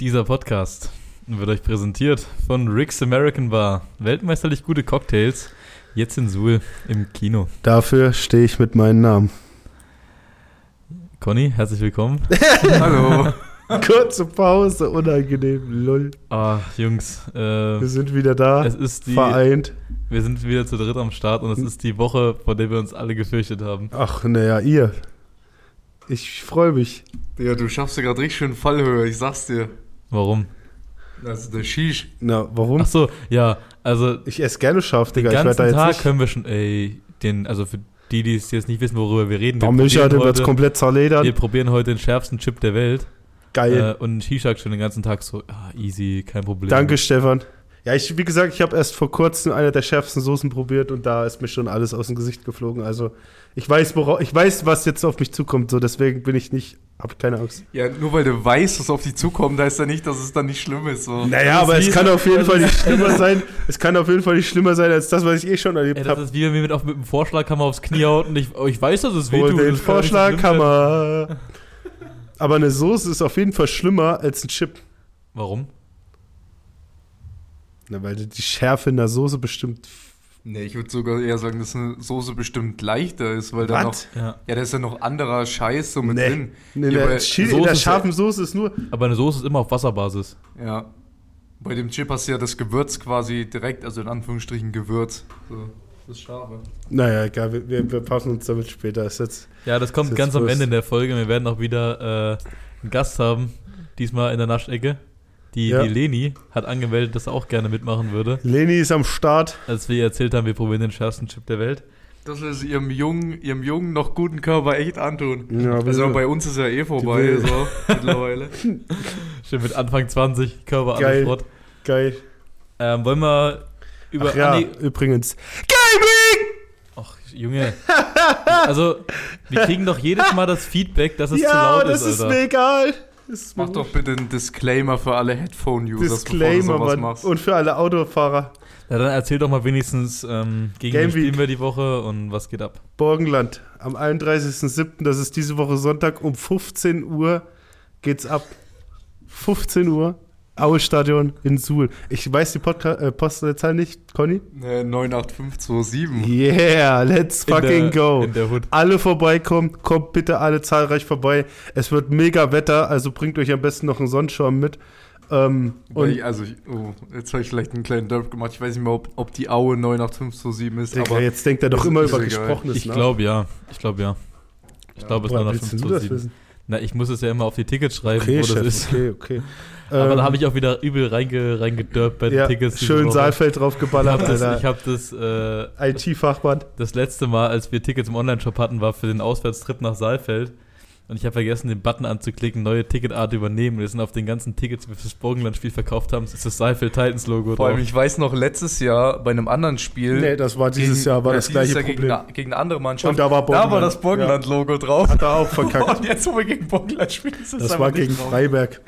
Dieser Podcast wird euch präsentiert von Rick's American Bar. Weltmeisterlich gute Cocktails. Jetzt in Suhl im Kino. Dafür stehe ich mit meinem Namen. Conny, herzlich willkommen. Hallo. Kurze Pause, unangenehm, lol. Ah, Jungs, äh, Wir sind wieder da, es ist die, vereint. wir sind wieder zu dritt am Start und es Hm. ist die Woche, vor der wir uns alle gefürchtet haben. Ach, naja, ihr. Ich freue mich. Ja, du schaffst dir gerade richtig schön Fallhöhe, ich sag's dir. Hm. Warum? Also der Shish. Na, warum? Ach so, ja, also Ich esse gerne scharf, Digga. den Ich werde ganzen da jetzt Tag nicht. können wir schon, ey, den, also für die, die es jetzt nicht wissen, worüber wir reden, wir, Oh, Micha, der wird's heute, komplett wir zerledert. probieren heute den schärfsten Chip der Welt Geil. äh, und Shishak schon den ganzen Tag so, ah, easy, kein Problem. Danke, Stefan. Ja, ich, wie gesagt, ich habe erst vor kurzem eine der schärfsten Soßen probiert und da ist mir schon alles aus dem Gesicht geflogen. Also, ich weiß, worauf, ich weiß, was jetzt auf mich zukommt, so deswegen bin ich nicht, hab keine Angst. Ja, nur weil du weißt, was auf dich zukommt, heißt ja nicht, dass es dann nicht schlimm ist. So. Naja, Das ist aber wie- es kann auf jeden Fall Also- nicht schlimmer sein. Es kann auf jeden Fall nicht schlimmer sein als das, was ich eh schon Ey, erlebt das habe. ist wie wenn mir mit, auf, mit dem Vorschlaghammer aufs Knie haut und ich, oh, ich weiß, dass es wehtut. Hol das kann den nicht so schlimm sein. Vorschlaghammer. Aber eine Soße ist auf jeden Fall schlimmer als ein Chip. Warum? Na, weil die Schärfe in der Soße bestimmt. Nee, ich würde sogar eher sagen, dass eine Soße bestimmt leichter ist, weil da noch. Was? Ja. Ja, da ist ja noch anderer Scheiß so mit Nee. drin. Nee, in, ja, der bei, Chili, in Soße der ist- scharfen Soße ist nur. Aber eine Soße ist immer auf Wasserbasis. ja. Bei dem Chip hast du ja das Gewürz quasi direkt, also in Anführungsstrichen Gewürz. So. Das Scharfe. Naja, egal, wir, wir, wir passen uns damit später. Ist jetzt, Ja, das kommt Ist jetzt ganz am Wurst. Ende in der Folge. Wir werden auch wieder äh, einen Gast haben, diesmal in der Naschecke. Die, Ja. die Leni hat angemeldet, dass sie auch gerne mitmachen würde. Leni ist am Start. Als wir ihr erzählt haben, wir probieren den schärfsten Chip der Welt. Das ist ihrem jungen, ihrem jungen, noch guten Körper echt antun. Ja, Also bei uns ist ja eh vorbei, will- so mittlerweile. Schön mit Anfang 20, Körper Geil. alle Schrott. geil. Ähm, wollen wir über Ach ja, Anni- übrigens. Gaming! Ach, Junge. Also, wir kriegen doch jedes Mal das Feedback, dass es zu ja, laut das ist, ist, Alter. mir egal. Das ist mir Mach doch bitte einen Disclaimer für alle Headphone-User, Disclaimer, bevor du sowas Mann. machst. Und für alle Autofahrer. Na, dann erzähl doch mal wenigstens, ähm, gegen Game wen spielen Week. wir die Woche und was geht ab? Borgenland am 31.07., das ist diese Woche Sonntag, um 15 Uhr geht's ab. 15 Uhr, Aue Stadion in Suhl. Ich weiß die Podca äh, Postleitzahl nicht, Conny. Nee, 98527. Yeah, let's In der, fucking go. In der Hood. Alle vorbeikommen, kommt bitte alle zahlreich vorbei. Es wird mega Wetter, also bringt euch am besten noch einen Sonnenschirm mit. Ähm, Weil und ich, also, ich, oh, jetzt habe ich vielleicht einen kleinen Derb gemacht. Ich weiß nicht mehr, ob, ob die Aue 98527 ist, Digga, aber jetzt denkt er doch ist- immer ist über egal. Gesprochenes Ich glaube, ja. Ich glaube, ja. Ich glaube, es war Woher nach willst 5 du zu das 7. wissen? Na, ich muss es ja immer auf die Tickets schreiben, Okay, wo das Chef, ist. okay, okay. Aber Ähm, da habe ich auch wieder übel reinge, reingedörpt bei den ja, Tickets. diese schön Woche. Saalfeld Ich draufgeballert, habe das, Alter. ich hab das, äh, IT-Fachmann. das letzte Mal, als wir Tickets im Onlineshop hatten, war für den Auswärtstrip nach Saalfeld. Und ich habe vergessen, den Button anzuklicken, neue Ticketart übernehmen. Wir sind auf den ganzen Tickets, die wir fürs Burgenland-Spiel verkauft haben, ist das Saalfeld Titans-Logo vor allem, drauf. ich weiß noch, letztes Jahr bei einem anderen Spiel. Nee, das war dieses Jahr, war ja, das dieses gleiche Jahr Gegen Problem. eine, gegen eine andere Mannschaft. Und da war da war Burgenland. das Burgenland-Logo drauf. Hat er auch verkackt. Und jetzt, wo wir gegen Burgenland spielen, ist es Das einfach war nicht gegen drauf. Freiberg.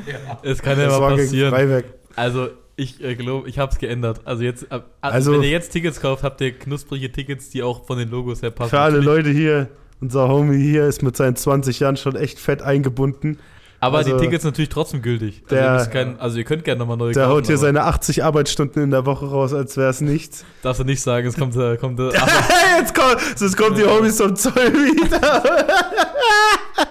Es kann ja Das mal war gegen passieren. Freiberg. Also, ich äh, glaube, ich habe es geändert. Also jetzt, ab, also Also- wenn ihr jetzt Tickets kauft, habt ihr knusprige Tickets, die auch von den Logos her passen. Für alle Leute hier, unser Homie hier ist mit seinen 20 Jahren schon echt fett eingebunden. Aber die also- Tickets natürlich trotzdem gültig. Also, Der- ihr, müsst kein, also ihr könnt gerne nochmal neue Der haut hier aber seine 80 Arbeitsstunden in der Woche raus, als wäre es nichts. Darfst du nicht sagen, es kommt, äh, kommt äh, ach, Hey, jetzt kommt, sonst kommen die Homies zum Zoll wieder.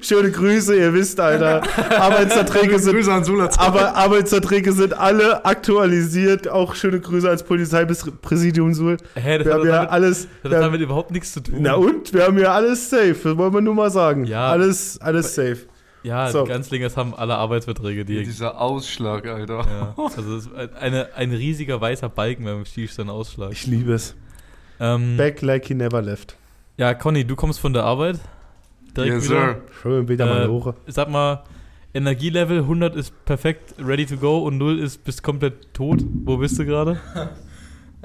Schöne Grüße, ihr wisst, Alter. Arbeitsverträge sind Grüße an Sulatz. Aber Arbeitsverträge sind alle aktualisiert. Auch schöne Grüße ans Polizeipräsidium Suhl. hä, das hat, Wir doch haben ja damit, alles. das wir hat haben- damit überhaupt nichts zu tun. na und? Wir haben ja alles safe. Das wollen wir nur mal sagen. Ja. Alles, alles safe. ja, So. die Ganzlingers haben alle Arbeitsverträge, die. Dieser Ausschlag, Alter. Ja, also es ist ein- eine, ein riesiger weißer Balken beim Stief seinen Ausschlag. Ich liebe es. Ähm, Back like he never left. ja, Conny, du kommst von der Arbeit. yes, sir. Schön wieder mal Äh, hoch. ich sag mal, Energielevel 100 ist perfekt, ready to go und 0 ist bist komplett tot. Wo bist du gerade?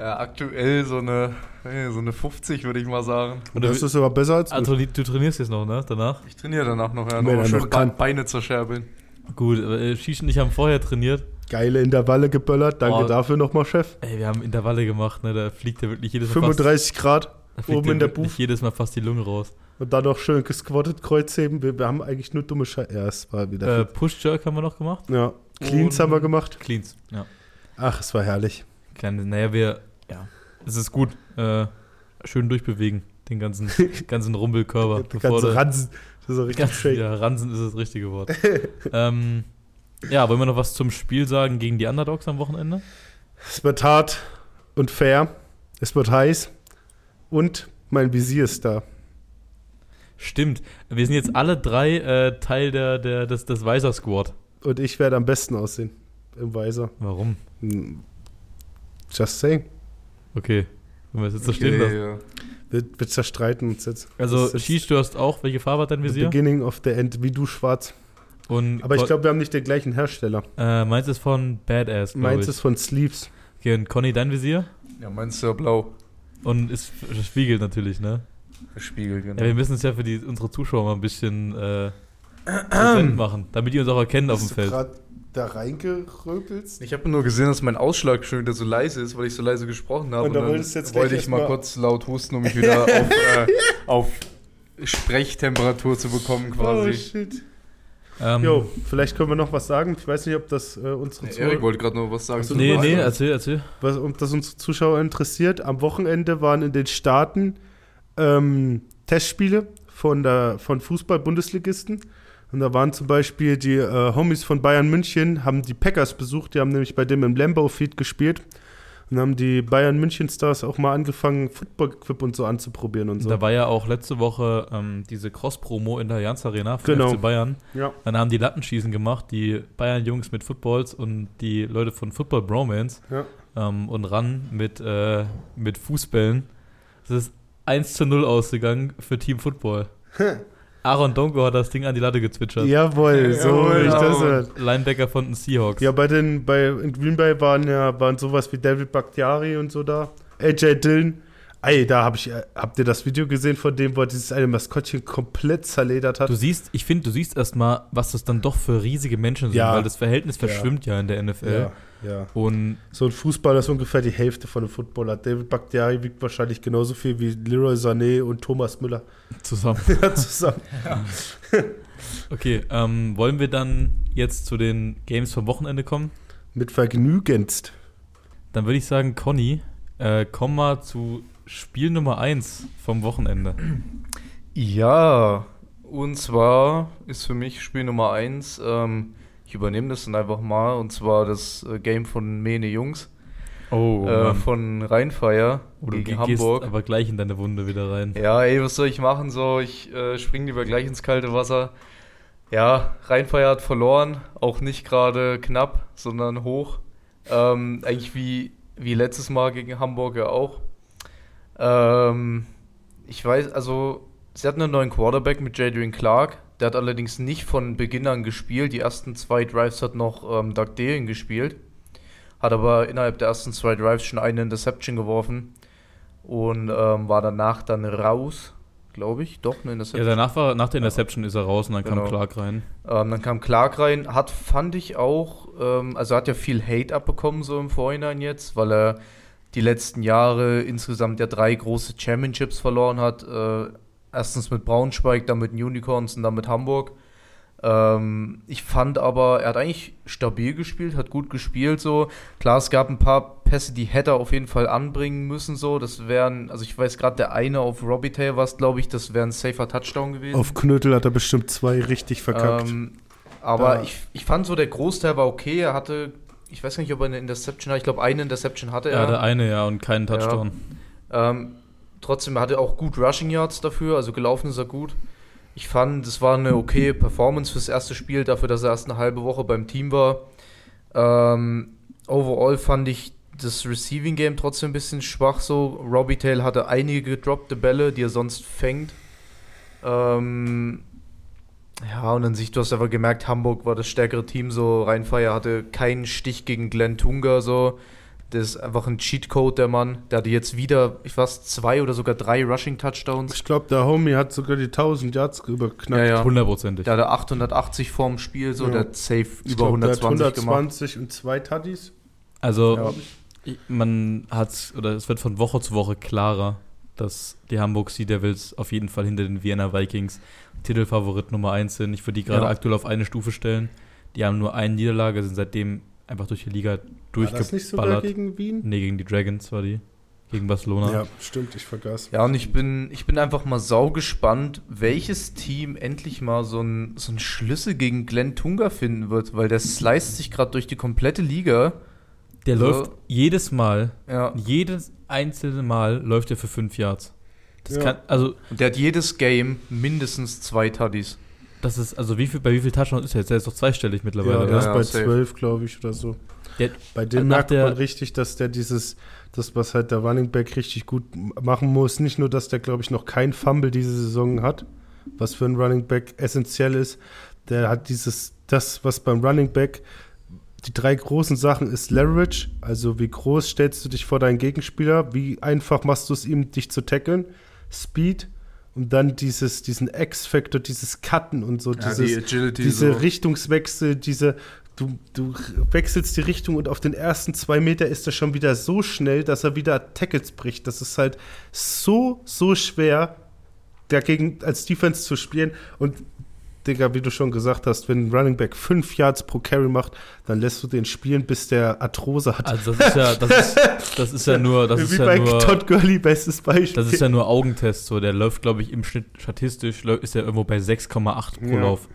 Ja, aktuell so eine, ey, so eine 50, würde ich mal sagen. Und oder das wie- ist aber besser als Also, du trainierst jetzt noch, ne? Danach? Ich trainiere danach noch, ja, Wenn er noch schön noch Be kann. Beine zerscherbeln. Gut, aber, äh, Shish und ich haben vorher trainiert. Geile Intervalle geböllert. Danke Oh. dafür nochmal, Chef. Ey, wir haben Intervalle gemacht, ne? Da fliegt er wirklich jedes Mal fast, 35 Grad da fliegt oben er in der wirklich Buch. jedes Mal fast die Lunge raus. und dann noch schön gesquattet, Kreuzheben. Wir, wir haben eigentlich nur dumme Scheiße. Ja, es war wieder. Äh, Push Jerk haben wir noch gemacht. ja, Cleans haben wir und- gemacht. Cleans. Ja. Ach, es war herrlich. Kleine, naja, wir. Ja. Es ist gut. Äh, schön durchbewegen, den ganzen, ganzen Rumbelkörper. Der bevor ganze der- Ranzen. Das ist so richtig Ganz, schön. ja, Ransen ist das richtige Wort. ähm, ja, wollen wir noch was zum Spiel sagen gegen die Underdogs am Wochenende? Es wird hart und fair. Es wird heiß. Und mein Visier ist da. Stimmt. Wir sind jetzt alle drei äh, Teil der, der, des, des Weiser Squad. Und ich werde am besten aussehen. Im Weiser. Warum? Hm. Just saying. Okay. Wenn wir es jetzt so stehen lassen. Okay, Wir, wir zerstreiten uns jetzt. Das Also, ist Shish, du hast auch, welche Farbe hat dein The Visier? beginning of the end, wie du schwarz. Und Aber ich Con- glaube, wir haben nicht den gleichen Hersteller. äh, meins ist von Badass, glaube Meins ich. ist von Sleeves. Okay, und Conny, dein Visier? ja, meins ist ja blau. Und ist spiegelt natürlich, ne? Spiegel, genau. Ja, wir müssen es ja für die, unsere Zuschauer mal ein bisschen äh, präsent machen, damit die uns auch erkennen auf dem Feld. gerade da reingeröpelst? Ich habe nur gesehen, dass mein Ausschlag schon wieder so leise ist, weil ich so leise gesprochen habe. Und da dann wolltest du jetzt wollte gleich ich mal erstmal- kurz laut husten, um mich wieder auf, äh, auf Sprechtemperatur zu bekommen Oh, quasi. shit. Ähm, Jo, vielleicht können wir noch was sagen. Ich weiß nicht, ob das äh, unsere Ja, Erik Zuhörer, wollte gerade noch was sagen. Achso, Also, zum Nee, Verein. nee, erzähl, erzähl. was, ob das unsere Zuschauer interessiert. Am Wochenende waren in den Staaten ähm, Testspiele von, der, von Fußball-Bundesligisten. Und da waren zum Beispiel die äh, Homies von Bayern München, haben die Packers besucht. Die haben nämlich bei dem im Lambeau Field gespielt. Und haben die Bayern München Stars auch mal angefangen, Football-Equip und so anzuprobieren und so. Da war ja auch letzte Woche ähm, diese Cross-Promo in der Allianz Arena für Genau. FC Bayern. ja. Dann haben die Lattenschießen gemacht, die Bayern-Jungs mit Footballs und die Leute von Football Bromance Ja. ähm, und ran mit, äh, mit Fußbällen. Es ist 1 zu 0 ausgegangen für Team Football. Aaron Donko hat das Ding an die Latte gezwitschert. Jawohl, so Jawohl, will ich das halt. jawohl. hören. Linebacker von den Seahawks. Ja, bei den, bei, in Green Bay waren ja, waren sowas wie David Bakhtiari und so da. AJ Dillon. Ey, da hab ich, äh, habt ihr das Video gesehen von dem, wo er dieses eine Maskottchen komplett zerledert hat? Du siehst, ich finde, du siehst erstmal, was das dann doch für riesige Menschen sind, Ja. weil das Verhältnis verschwimmt ja, in der NFL. ja, ja. Und So ein Fußballer ist ungefähr die Hälfte von einem Footballer. David Bakhtiari wiegt wahrscheinlich genauso viel wie Leroy Sané und Thomas Müller zusammen. zusammen. Okay, ähm, wollen wir dann jetzt zu den Games vom Wochenende kommen? Mit Vergnügenst. Dann würde ich sagen, Conny, äh, komm mal zu Spiel Nummer 1 vom Wochenende. Ja, und zwar ist für mich Spiel Nummer 1, ähm, ich übernehme das dann einfach mal, und zwar das äh, Game von Mene Jungs Oh, äh, von Rheinfeier Oder gegen du gehst Hamburg. aber gleich in deine Wunde wieder rein. Ja, ey, was soll ich machen? So, ich äh, spring lieber gleich ins kalte Wasser. Ja, Rheinfeier hat verloren, auch nicht gerade knapp, sondern hoch. Ähm, eigentlich wie, wie letztes Mal gegen Hamburg ja auch. Ähm, ich weiß, also, sie hatten einen neuen Quarterback mit Jadrian Clark. Der hat allerdings nicht von Beginn an gespielt. Die ersten zwei Drives hat noch ähm, Doug Dehlen gespielt. Hat aber innerhalb der ersten zwei Drives schon eine Interception geworfen und ähm, war danach dann raus, glaube ich. Doch, eine Ja, Interception. danach war, nach der Interception ist er raus und dann Genau. kam Clark rein. Ähm, dann kam Clark rein, hat, fand ich auch, ähm, also hat ja viel Hate abbekommen so im Vorhinein jetzt, weil er die letzten Jahre insgesamt ja drei große Championships verloren hat. Äh, erstens mit Braunschweig, dann mit den Unicorns und dann mit Hamburg. Ähm, ich fand aber, er hat eigentlich stabil gespielt, hat gut gespielt so. Klar, es gab ein paar Pässe, die hätte er auf jeden Fall anbringen müssen so. Das wären, also ich weiß gerade, der eine auf Robbie Tail war es, glaube ich, das wäre ein safer Touchdown gewesen. Auf Knödel hat er bestimmt zwei richtig verkackt. Ähm, aber Da- ich, ich fand so, der Großteil war okay. Er hatte, ich weiß gar nicht, ob er eine Interception hatte. Ich glaube, eine Interception hatte Ja, er. der eine ja und keinen Ja. Touchdown. ähm, trotzdem hatte er auch gut Rushing Yards dafür. Also gelaufen ist er gut. Ich fand, es war eine okay Performance fürs erste Spiel, dafür, dass er erst eine halbe Woche beim Team war. Ähm, overall fand ich das Receiving Game trotzdem ein bisschen schwach so. Robbie Tail hatte einige gedroppte Bälle, die er sonst fängt. Ähm, ja, und an sich, du hast einfach gemerkt, Hamburg war das stärkere Team so. Rheinfeier hatte keinen Stich gegen Glenn Tunga so. Das ist einfach ein Cheatcode, der Mann. Der hatte jetzt wieder, ich weiß, zwei oder sogar drei Rushing-Touchdowns. Ich glaube, der Homie hat sogar die 1000 Yards überknackt. Ja, ja. Hundertprozentig. Der hatte 880 vorm Spiel, so Ja. der hat safe Ich über glaub, der 120, hat gemacht. 120 und zwei Tuddies. Also Ja. ich- man hat, oder es wird von Woche zu Woche klarer, dass die Hamburg Sea Devils auf jeden Fall hinter den Vienna Vikings Titelfavorit Nummer 1 sind. Ich würde die gerade Ja. aktuell auf eine Stufe stellen. Die haben nur eine Niederlage, sind seitdem einfach durch die Liga War das nicht sogar durchgeballert. gegen Wien? nee, gegen die Dragons war die. Gegen Barcelona. Ja, stimmt, ich vergaß. Ja, und ich bin, ich bin einfach mal sau gespannt, welches Team endlich mal so einen so einen Schlüssel gegen Glenn Tunga finden wird, weil der sliced sich gerade durch die komplette Liga. Der So. läuft jedes Mal, Ah. Ja. jedes einzelne Mal läuft er für fünf Yards. Das Ja. kann, also, Und der hat jedes Game mindestens zwei Tuddies. das ist, also wie viel, bei wie viel Touchdowns ist er jetzt? Der ist doch zweistellig mittlerweile. Ja, oder? der ist Ja, bei safe. 12, glaube ich, oder so. Der- bei dem nach merkt der- man richtig, dass der dieses, das, was halt der Running Back richtig gut m- machen muss, nicht nur, dass der, glaube ich, noch kein Fumble diese Saison hat, was für ein Running Back essentiell ist, der hat dieses, das, was beim Running Back die drei großen Sachen ist Leverage, also wie groß stellst du dich vor deinen Gegenspieler, wie einfach machst du es ihm, dich zu tackeln, Speed und dann dieses, diesen X-Factor, dieses Cutten und so, dieses, Agility. diese Richtungswechsel, diese, du, du wechselst die Richtung und auf den ersten zwei Meter ist er schon wieder so schnell, dass er wieder Tackles bricht. Das ist halt so, so schwer, dagegen als Defense zu spielen. Und Digga, wie du schon gesagt hast, wenn ein Running Back fünf Yards pro Carry macht, dann lässt du den spielen, bis der Arthrose hat. Also das ist ja, das ist, das ist ja nur, das wie ist bei ja nur, Todd Gurley, bestes Beispiel. das ist ja nur Augentest. So, der läuft, glaube ich, im Schnitt statistisch lä- ist er irgendwo bei 6,8 pro Ja. Lauf.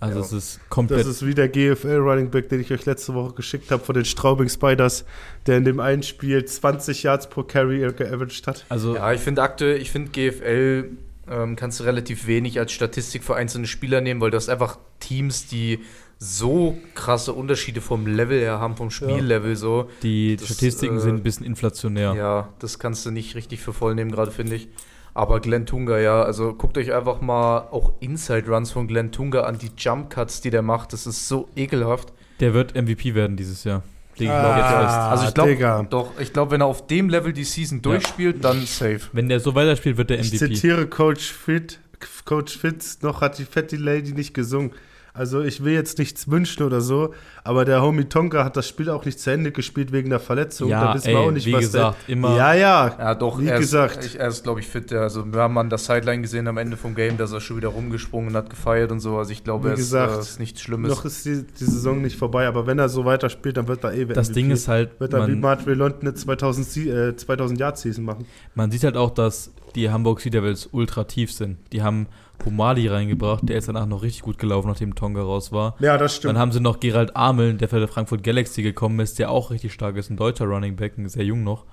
Also Ja. es ist komplett. Das ist wie der GFL-Running Back, den ich euch letzte Woche geschickt habe von den Straubing Spiders, der in dem einen Spiel 20 Yards pro Carry geaveraged hat. also Ja, ich finde aktuell, ich finde GFL ähm, kannst du relativ wenig als Statistik für einzelne Spieler nehmen, weil du hast einfach Teams, die so krasse Unterschiede vom Level her haben, vom Spiellevel so. die das, Statistiken äh, sind ein bisschen inflationär. Ja. das kannst du nicht richtig für voll nehmen, gerade finde ich. Aber Glenn Tunga, ja, also guckt euch einfach mal auch Inside Runs von Glenn Tunga an, die Jump Cuts, die der macht, das ist so ekelhaft. Der wird MVP werden dieses Jahr. Leg ich Ah. laut jetzt fest. also ich Digga. glaube, doch, ich glaube, wenn er auf dem Level die Season durchspielt, dann safe. Wenn der so weiterspielt, wird der Ich MVP. zitiere Coach Fit, Coach Fitz, noch hat die Fatty Lady nicht gesungen. Also ich will jetzt nichts wünschen oder so, aber der Homie Tonka hat das Spiel auch nicht zu Ende gespielt wegen der Verletzung. Ja, da wissen wir ey, auch nicht, wie was gesagt, der, immer- Ja, ja. Ja, doch, Wie er gesagt. Ist, ich- er ist, glaube ich, fit. Also, wir haben an der Sideline gesehen am Ende vom Game, dass er schon wieder rumgesprungen hat, gefeiert und so. Also, ich glaube, Wie er ist, gesagt, äh, ist nichts Schlimmes. Noch ist die, die Saison nicht vorbei, aber wenn er so weiterspielt, dann wird er eh Das MVP. Ding ist halt, Wird er wie man, Martin London eine 2000, Sie- äh, 2000 Yard Season machen. Man sieht halt auch, dass die Hamburg Sea Devils ultra tief sind. Die haben Humali reingebracht, der ist danach noch richtig gut gelaufen, nachdem Tonga raus war. Ja, das stimmt. Dann haben sie noch Gerald Ameln, der von der Frankfurt Galaxy gekommen ist, der auch richtig stark ist, ein deutscher Running Back, ein sehr jung noch.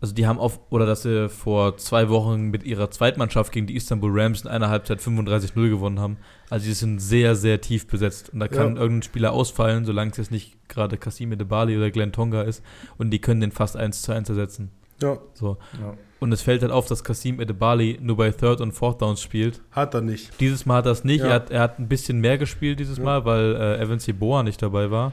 Also die haben auf, oder dass sie vor zwei Wochen mit ihrer Zweitmannschaft gegen die Istanbul Rams in einer Halbzeit 35-0 gewonnen haben. Also die sind sehr, sehr tief besetzt. Und da kann Ja. irgendein Spieler ausfallen, solange es jetzt nicht gerade Kasime de Bali oder Glenn Tonga ist. Und die können den fast 1 zu 1 ersetzen. ja, So. Ja. Und es fällt halt auf, dass Kasim Edebali nur bei Third und Fourth Downs spielt. hat er nicht. Dieses Mal hat er es nicht. Ja. Er, hat, er hat ein bisschen mehr gespielt dieses Ja. Mal, weil äh, Evans Yeboah nicht dabei war.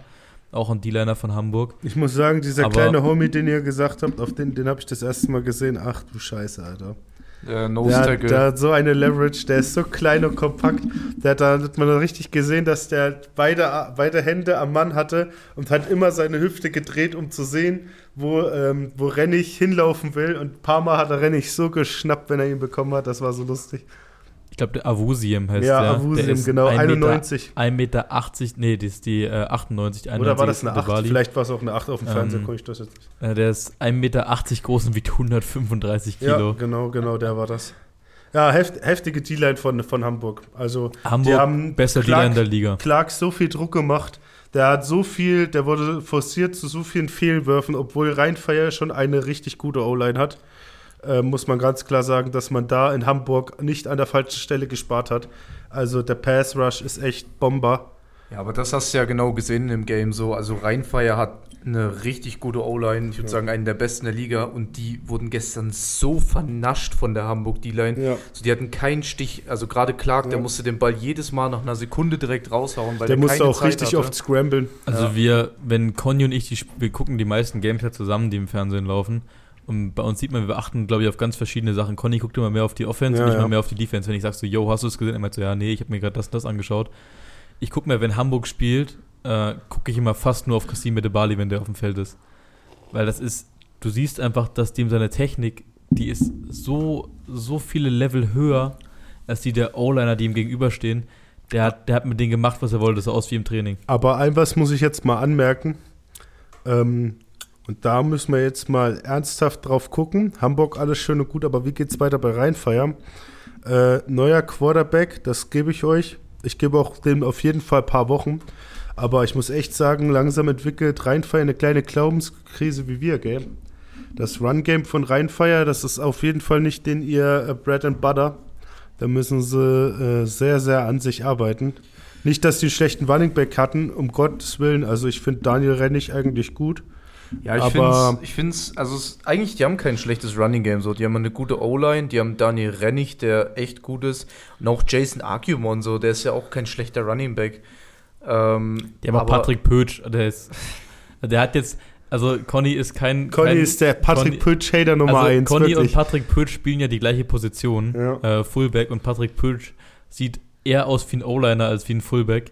Auch ein D-Liner von Hamburg. Ich muss sagen, dieser Aber- kleine Homie, den ihr gesagt habt, auf den, den habe ich das erste Mal gesehen. Ach du Scheiße, Alter. Äh, Der, Nose hat- Tackle. der hat so eine Leverage, der ist so klein und kompakt. Der hat, da hat man richtig gesehen, dass der halt beide, beide Hände am Mann hatte und hat immer seine Hüfte gedreht, um zu sehen, wo, ähm, wo Rennig hinlaufen will. Und ein paar Mal hat er Rennig so geschnappt, wenn er ihn bekommen hat. Das war so lustig. Ich glaube, der Avusiem heißt Ja, der. Avusiem, der ist genau, ein 91. Meter, 1,80 Meter, nee, das ist die äh, 98, 91. Oder war das eine 8? Edebali. Vielleicht war es auch eine 8 auf dem Ähm, Fernseher, guck ich das jetzt nicht. Äh, der ist 1,80 Meter groß und wiegt 135 Ja, Kilo. genau, genau, der war das. Ja, heft, heftige D-Line von, von Hamburg. Also, Hamburg, haben besser Clark- D-Liner in der Liga. Clark so viel Druck gemacht. Der hat so viel, der wurde forciert zu so vielen Fehlwürfen, obwohl Rheinfeier schon eine richtig gute O-Line hat. Äh, muss man ganz klar sagen, dass man da in Hamburg nicht an der falschen Stelle gespart hat. Also der Pass Rush ist echt Bomber. Ja, aber das hast du ja genau gesehen im Game so. Also Rheinfeier hat eine richtig gute O-Line, ich würde sagen einen der besten der Liga und die wurden gestern so vernascht von der Hamburg D-Line. Ja. Also die hatten keinen Stich, also gerade Clark, der Ja. musste den Ball jedes Mal nach einer Sekunde direkt raushauen, weil Der musste keine auch Zeit richtig hatte. oft scramblen. Also Ja. wir, wenn Conny und ich, die, sp- wir gucken die meisten Games ja zusammen, die im Fernsehen laufen. Und bei uns sieht man, wir achten, glaube ich, auf ganz verschiedene Sachen. Conny guckt immer mehr auf die Offense Ja, und ich ja. mal mehr auf die Defense. Wenn ich sag so, yo, hast du es gesehen? Er meint so, ja, nee, ich habe mir gerade das und das angeschaut. Ich gucke mir, wenn Hamburg spielt, äh, gucke ich immer fast nur auf Kassim Bali, wenn der auf dem Feld ist. Weil das ist, du siehst einfach, dass dem seine Technik, die ist so, so viele Level höher, als die der O-Liner, die ihm gegenüberstehen. Der hat, der hat mit denen gemacht, was er wollte. Das sah aus wie im Training. Aber ein was muss ich jetzt mal anmerken. Ähm, und da müssen wir jetzt mal ernsthaft drauf gucken. Hamburg alles schön und gut, aber wie geht's weiter bei Rheinfeier? Äh, neuer Quarterback, das gebe ich euch. Ich gebe auch dem auf jeden Fall ein paar Wochen. Aber ich muss echt sagen, langsam entwickelt Rheinfeier eine kleine Glaubenskrise wie wir, gell? Das Run-Game von Rheinfeier, das ist auf jeden Fall nicht den ihr äh, Bread and Butter. Da müssen sie äh, sehr, sehr an sich arbeiten. Nicht, dass die einen schlechten Running Back hatten, um Gottes Willen. Also ich finde Daniel Rennig eigentlich gut. Ja, ich Aber- finde es, ich find's, also es, eigentlich, die haben kein schlechtes Running Game, so, die haben eine gute O-Line, die haben Daniel Rennig, der echt gut ist, und auch Jason Argumon, so, der ist ja auch kein schlechter Running Back. Ähm, Ja, aber, Patrick Pötsch, der ist. Der hat jetzt. Also, Conny ist kein. Conny kein, ist der Patrick Conny- Pötsch-Hater Nummer also, eins. Conny und wirklich. Patrick Pötsch spielen ja die gleiche Position. Ja. Äh, Fullback und Patrick Pötsch sieht eher aus wie ein O-Liner als wie ein Fullback.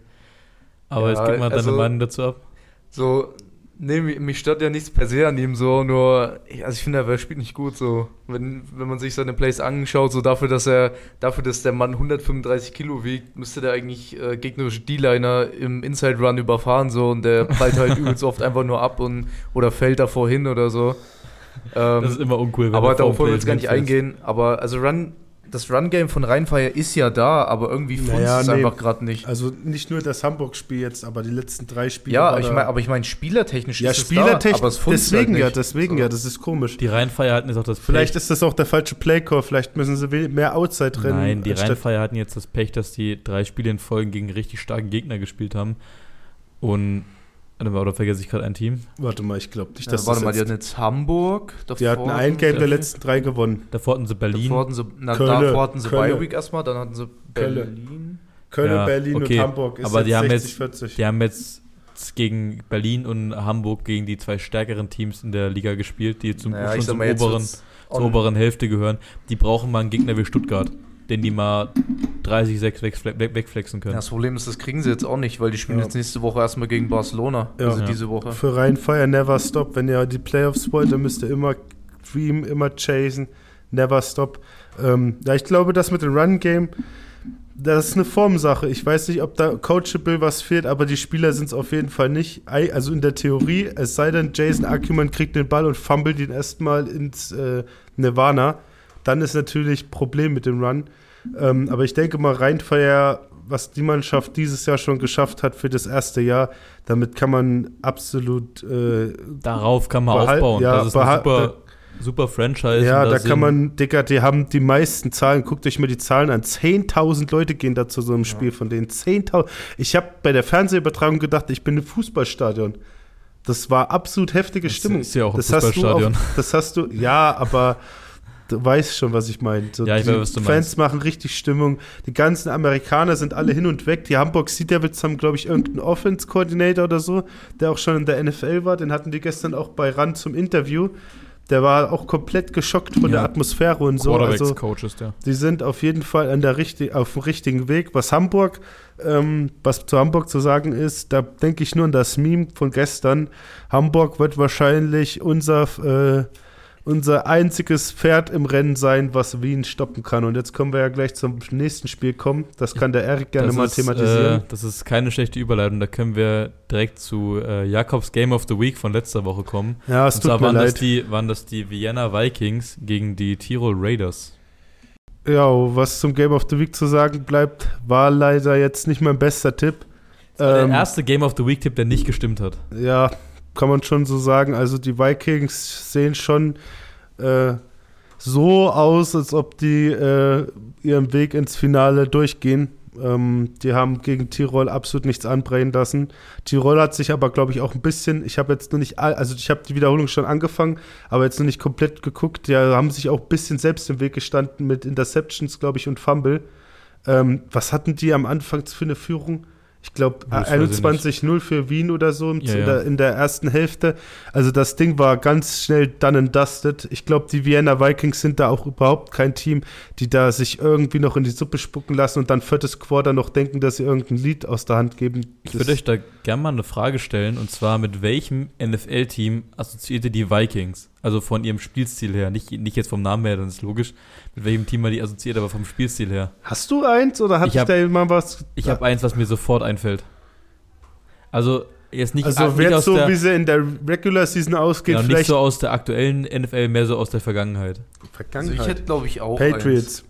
Aber Ja, jetzt gib mal also- deine Meinung dazu ab. so, nee, mi- mich stört ja nichts per se an ihm, so, nur, ich- also ich finde, er spielt nicht gut, so, wenn, wenn man sich seine Plays anschaut, so, dafür, dass er, dafür, dass der Mann 135 Kilo wiegt, müsste der eigentlich äh, gegnerische D-Liner im Inside Run überfahren, so, und der ballt halt übelst oft einfach nur ab und, oder fällt davor hin oder so. Ähm, Das ist immer uncool. wenn Aber der darauf vor wollen wir dem jetzt gar nicht Play eingehen. Aber also Run, das Run-Game von Rheinfire ist ja da, aber irgendwie funzt Naja, es nee. einfach gerade nicht. Also nicht nur das Hamburg-Spiel jetzt, aber die letzten drei Spiele. ja, war ich da- mein, aber ich meine, spielertechnisch ja, ist es da, aber es Spielertechnisch. funzt Deswegen ja, halt nicht. deswegen ja, das ist komisch. Die Rheinfeier hatten jetzt auch das Vielleicht Pech. ist das auch der falsche Playcore. Vielleicht müssen sie we- mehr Outside rennen. Nein, die anstatt- Rheinfeier hatten jetzt das Pech, dass die drei Spiele in Folge gegen richtig starke Gegner gespielt haben. Und. Warte mal, Oder vergesse ich gerade ein Team? Warte mal, ich glaube nicht, Ja, dass warte das mal, die hatten jetzt, jetzt Hamburg. Davor die hatten ein Game der Dafür- letzten drei gewonnen. Davor hatten sie Berlin. Davor hatten sie, na, Kölle, davor hatten sie Kölle. Bye Week erstmal, dann hatten sie Kölle. Berlin. Köln, Ja, Berlin okay, und Hamburg ist aber die jetzt haben jetzt- 40. Die haben jetzt gegen Berlin und Hamburg gegen die zwei stärkeren Teams in der Liga gespielt, die zum, Naja, schon ich sag zum mal, jetzt oberen, wird's zur on- oberen Hälfte gehören. Die brauchen mal einen Gegner wie Stuttgart, den die mal 30, 6 wegfle weg wegflexen Ja, können. Das Problem ist, das kriegen sie jetzt auch nicht, weil die spielen Ja. jetzt nächste Woche erstmal gegen Barcelona. Ja. Also Ja. diese Woche. Für Rheinfire never stop. Wenn ihr die Playoffs wollt, dann müsst ihr immer dream, immer chasen, never stop. Ähm, ja, ich glaube, das mit dem Run-Game, das ist eine Formsache. Ich weiß nicht, ob da coachable was fehlt, aber die Spieler sind es auf jeden Fall nicht. Ei- Also in der Theorie, es sei denn, Jason Ackerman kriegt den Ball und fummelt ihn erstmal ins äh, Nirvana. Dann ist natürlich Problem mit dem Run. Ähm, aber ich denke mal, Rheinfeier, was die Mannschaft dieses Jahr schon geschafft hat für das erste Jahr, damit kann man absolut äh, Darauf kann man Behal- aufbauen. ja, das ist eine behal- super, super Franchise. Ja, und da sind- kann man, Digga, die haben die meisten Zahlen. Guckt euch mal die Zahlen an. 10.000 Leute gehen da zu so einem Spiel von denen. 10.000. Ich habe bei der Fernsehübertragung gedacht, ich bin im Fußballstadion. Das war absolut heftige Das Stimmung. ist ja auch ein das hast du Fußballstadion. auf- Das hast du, ja, aber du weißt schon, was ich meine. So, Ja, ich die weiß, was du Fans machen richtig Stimmung. Die ganzen Amerikaner sind alle hin und weg. Die Hamburg Sea Devils haben, glaube ich, irgendeinen Offense-Coordinator oder so, der auch schon in der NFL war. Den hatten die gestern auch bei RAN zum Interview. Der war auch komplett geschockt von Ja. der Atmosphäre und so. Also, Quarterbacks-Coach ist der. die sind auf jeden Fall an der richtig, auf dem richtigen Weg. Was Hamburg, ähm, was zu Hamburg zu sagen ist, da denke ich nur an das Meme von gestern. Hamburg wird wahrscheinlich unser, äh, unser einziges Pferd im Rennen sein, was Wien stoppen kann. Und jetzt können wir ja gleich zum nächsten Spiel kommen. Das kann der Erik gerne das mal ist, Äh, thematisieren. das ist keine schlechte Überleitung. Da können wir direkt zu äh, Jakobs Game of the Week von letzter Woche kommen. ja, es und tut zwar mir waren das, leid. die, waren das die Vienna Vikings gegen die Tirol Raiders. Ja, was zum Game of the Week zu sagen bleibt, war leider jetzt nicht mein bester Tipp. der erste Game of the Week-Tipp, der nicht gestimmt hat. ja, kann man schon so sagen. Also die Vikings sehen schon äh, so aus, als ob die äh, ihren Weg ins Finale durchgehen. Ähm, die haben gegen Tirol absolut nichts anbrennen lassen. Tirol hat sich aber, glaube ich, auch ein bisschen, ich habe jetzt nur nicht, all, also ich habe die Wiederholung schon angefangen, aber jetzt noch nicht komplett geguckt. Die haben sich auch ein bisschen selbst im Weg gestanden mit Interceptions, glaube ich, und Fumble. Ähm, was hatten die am Anfang für eine Führung? Ich äh, glaube, Das weiß ich 21-0 für Wien oder so im- Ja, in, ja. der, in der ersten Hälfte. Also das Ding war ganz schnell done and dusted. Ich glaube, die Vienna Vikings sind da auch überhaupt kein Team, die da sich irgendwie noch in die Suppe spucken lassen und dann viertes Quarter noch denken, dass sie irgendein Lied aus der Hand geben. Ich Das- würde euch da gerne mal eine Frage stellen, und zwar mit welchem NFL-Team assoziiert ihr die Vikings? Also von ihrem Spielstil her, nicht, nicht jetzt vom Namen her, dann ist logisch, mit welchem Team man die assoziiert, aber vom Spielstil her. Hast du eins oder hat Ich ich hab- da jemand was? Ich habe eins, was mir sofort einfällt. Also jetzt nicht, also nicht wird aus so, der, wie sie in der Regular Season ausgeht, genau, nicht vielleicht so aus der aktuellen NFL, mehr so aus der Vergangenheit. Also ich hätte, glaube ich, auch. Eins. Patriots.